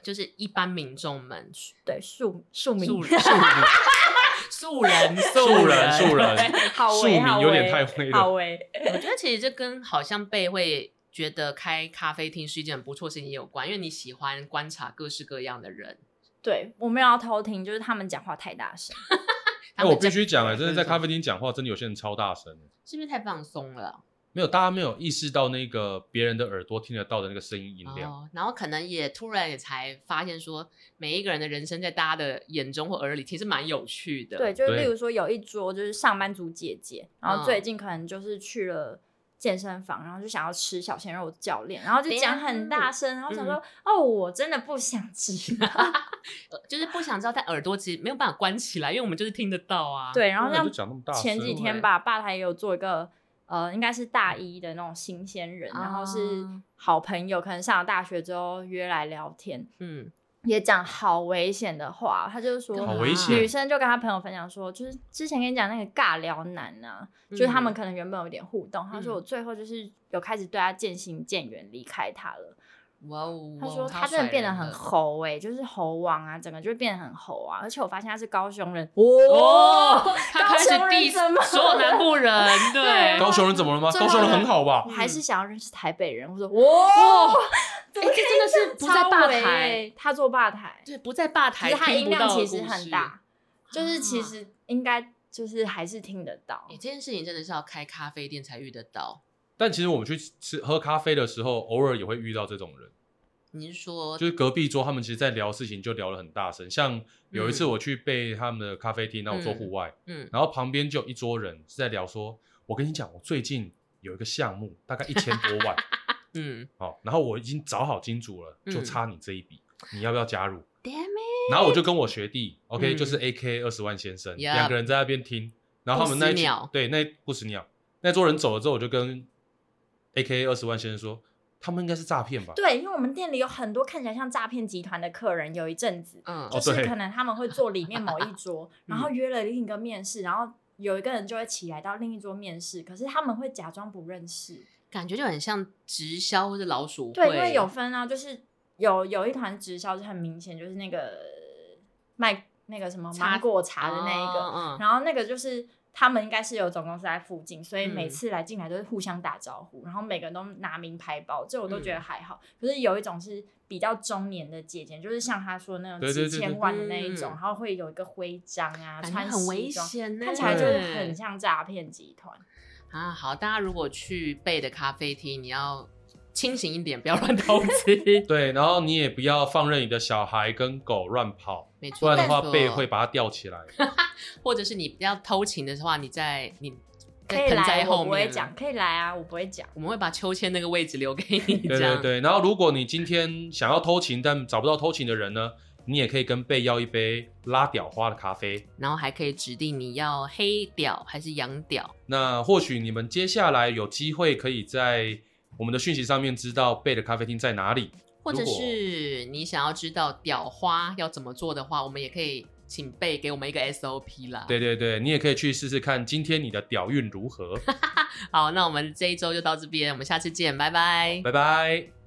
[SPEAKER 2] 就是一般民众们
[SPEAKER 3] 对庶庶民， *laughs*
[SPEAKER 2] 素素 *laughs* 素人
[SPEAKER 1] 素
[SPEAKER 2] 人
[SPEAKER 1] 人素人 *laughs*
[SPEAKER 2] 对
[SPEAKER 3] *laughs* 好
[SPEAKER 1] 庶
[SPEAKER 3] 为
[SPEAKER 1] 民
[SPEAKER 3] 好
[SPEAKER 1] 有点
[SPEAKER 3] 为
[SPEAKER 1] 太灰
[SPEAKER 3] 好
[SPEAKER 1] 了。
[SPEAKER 3] 为，
[SPEAKER 2] 我觉得其实这跟好像被会觉得开咖啡厅是一件很不错的事情也有关，因为你喜欢观察各式各样的人。
[SPEAKER 3] 对我没有要偷听，就是他们讲话太大声，
[SPEAKER 2] 他
[SPEAKER 1] 哎，
[SPEAKER 2] 们
[SPEAKER 1] 我必须讲哎，
[SPEAKER 2] 对
[SPEAKER 1] 真的
[SPEAKER 2] 对
[SPEAKER 1] 在
[SPEAKER 2] 对
[SPEAKER 1] 咖啡厅讲话，真的有些人超大声欸，
[SPEAKER 2] 是不是太放松了？
[SPEAKER 1] 没有大家没有意识到那个别人的耳朵听得到的那个声音音量。
[SPEAKER 2] 哦，然后可能也突然也才发现说，每一个人的人生在大家的眼中或耳里其实蛮有趣的。
[SPEAKER 3] 对，就是
[SPEAKER 1] 对
[SPEAKER 3] 例如说有一桌就是上班族姐姐，然后最近可能就是去了。健身房，然后就想要吃小鲜肉教练，然后就讲很大声，然后
[SPEAKER 1] 嗯
[SPEAKER 3] 想说、哦，我真的不想
[SPEAKER 1] *laughs*
[SPEAKER 3] 吃，
[SPEAKER 2] 呃就是不想知道，但耳朵其实没有办法关起来，因为我们就是听得到啊。，
[SPEAKER 3] 对，然后
[SPEAKER 1] 根本
[SPEAKER 3] 让
[SPEAKER 1] 哎就讲那么大声，
[SPEAKER 3] 前几天吧，吧台也有做一个呃，应该是大一的那种新鲜人，然后是
[SPEAKER 2] 啊
[SPEAKER 3] 好朋友，可能上了大学之后约来聊天，
[SPEAKER 2] 嗯，
[SPEAKER 3] 也讲好危险的话，他就说
[SPEAKER 1] 好危险
[SPEAKER 3] 女生就跟她朋友分享说，就是之前跟你讲那个尬聊男啊，就是
[SPEAKER 1] 嗯
[SPEAKER 3] 他
[SPEAKER 2] 嗯
[SPEAKER 3] 们可能原本有点互动，他说我最后就是有开始对他渐行渐远，离开他了。
[SPEAKER 2] 哇哦，
[SPEAKER 3] 他说
[SPEAKER 2] 哇
[SPEAKER 3] 他真的变得很，猴哎、就是猴王啊，整个就变得很猴啊，而且我发现他是高雄人哦，
[SPEAKER 2] 哦，他开始
[SPEAKER 3] 高雄人怎么
[SPEAKER 2] diss 所有南部人，对
[SPEAKER 3] 对
[SPEAKER 1] 哎高雄人怎么了吗？
[SPEAKER 3] 最
[SPEAKER 1] 高
[SPEAKER 3] 后
[SPEAKER 1] 雄人
[SPEAKER 3] 呢
[SPEAKER 1] 很好吧
[SPEAKER 3] 我？还是想要认识台北人。我说哇，
[SPEAKER 2] 哎，这真的是不在吧
[SPEAKER 3] 超伟
[SPEAKER 2] 台，
[SPEAKER 3] 欸，他做吧台，
[SPEAKER 2] 对，不在吧
[SPEAKER 3] 其
[SPEAKER 2] 台，
[SPEAKER 3] 实他
[SPEAKER 2] 听
[SPEAKER 3] 音
[SPEAKER 2] 不
[SPEAKER 3] 量
[SPEAKER 2] 到的
[SPEAKER 3] 其实
[SPEAKER 2] 故
[SPEAKER 3] 很
[SPEAKER 2] 事。
[SPEAKER 3] 大，就是其
[SPEAKER 2] 啊
[SPEAKER 3] 实应该就是还是听得到
[SPEAKER 2] 哎、。这件事情真的是要开咖啡店才遇得到。
[SPEAKER 1] 但其实我们去吃喝咖啡的时候，偶尔也会遇到这种人，
[SPEAKER 2] 你是说
[SPEAKER 1] 就是隔壁桌他们其实，在聊事情就聊得很大声。像有一次我去被他们的咖啡厅，那我坐户外，
[SPEAKER 2] 嗯，
[SPEAKER 1] 然后旁边就有一桌人是在聊说，我跟你讲，我最近有一个项目，大概一千多
[SPEAKER 2] *laughs*
[SPEAKER 1] 万，
[SPEAKER 2] 嗯
[SPEAKER 1] 哦，然后我已经找好金主了，
[SPEAKER 2] 嗯
[SPEAKER 1] 就差你这一笔，你要不要加入？
[SPEAKER 2] ，damn it，
[SPEAKER 1] 然后我就跟我学弟，OK，、
[SPEAKER 2] 嗯
[SPEAKER 1] 就是 AK 二十万先生，
[SPEAKER 2] Yup
[SPEAKER 1] 两个人在那边听，然后他们
[SPEAKER 2] 不死
[SPEAKER 1] 那一群
[SPEAKER 2] 鸟
[SPEAKER 1] 对那不死鸟那桌人走了之后，我就跟 AK 二十万先生说，他们应该是诈骗吧？
[SPEAKER 3] 对，因为我们店里有很多看起来像诈骗集团的客人，有一阵子
[SPEAKER 2] 嗯，
[SPEAKER 1] 哦
[SPEAKER 3] 就是
[SPEAKER 1] 对
[SPEAKER 3] 可能他们会坐里面某一桌，然后约了另一个面试，然后有一个人就会起来到另一桌面试，可是他们会假装不认识。
[SPEAKER 2] 感觉就很像直销或者老鼠会，
[SPEAKER 3] 对，因为有分啊，就是有有一团直销是很明显，就是那个卖那个什么
[SPEAKER 2] 茶
[SPEAKER 3] 芒果茶的那一个，
[SPEAKER 1] 啊
[SPEAKER 2] 哦嗯，
[SPEAKER 3] 然后那个就是他们应该是有总公司在附近，所以
[SPEAKER 2] 嗯
[SPEAKER 3] 每次来进来都是互相打招呼，然后每个人都拿名牌包，这我都
[SPEAKER 1] 嗯
[SPEAKER 3] 觉得还好。可是有一种是比较中年的姐姐，就是像她说那种
[SPEAKER 1] 对对
[SPEAKER 3] 几
[SPEAKER 1] 对对
[SPEAKER 3] 千万的那一种，
[SPEAKER 2] 嗯
[SPEAKER 3] 然后会有一个徽章啊，
[SPEAKER 2] 感觉
[SPEAKER 3] 穿
[SPEAKER 2] 很危
[SPEAKER 3] 西装。
[SPEAKER 2] 险呢，
[SPEAKER 3] 看起来就是
[SPEAKER 1] 对。
[SPEAKER 3] 很像诈骗集团，
[SPEAKER 2] 啊。好，大家如果去贝的咖啡厅，你要清醒一点，不要乱投资
[SPEAKER 1] *laughs* 对，然后你也不要放任你的小孩跟狗乱跑，
[SPEAKER 2] 没
[SPEAKER 1] 不
[SPEAKER 2] 错，
[SPEAKER 1] 然的话
[SPEAKER 2] 没错
[SPEAKER 1] 被会，把它吊起来。
[SPEAKER 2] 或者是你要偷情的话，你在你
[SPEAKER 3] 可
[SPEAKER 2] 在
[SPEAKER 3] 以
[SPEAKER 2] 盆栽
[SPEAKER 3] 来，我
[SPEAKER 2] 后
[SPEAKER 3] 不会
[SPEAKER 2] 面，
[SPEAKER 3] 讲，可以来啊，我不会讲。
[SPEAKER 2] 我们会把秋千那个位置留给你，
[SPEAKER 1] 对
[SPEAKER 2] 这
[SPEAKER 1] 对
[SPEAKER 2] 样
[SPEAKER 1] 对，然后如果你今天想要偷情但找不到偷情的人呢，你也可以跟贝要一杯拉屌花的咖啡。
[SPEAKER 2] 然后还可以指定你要黑屌还是洋屌。
[SPEAKER 1] 那或许你们接下来有机会可以在我们的讯息上面知道贝的咖啡厅在哪里。
[SPEAKER 2] 或者
[SPEAKER 1] 如果
[SPEAKER 2] 是你想要知道屌花要怎么做的话，我们也可以请贝给我们一个 SOP 啦。
[SPEAKER 1] 对，对对，你也可以去试试看，今天你的屌
[SPEAKER 2] *laughs*
[SPEAKER 1] 运如何？
[SPEAKER 2] 好，那我们这一周就到这边，我们下次见，拜拜。
[SPEAKER 1] 拜拜。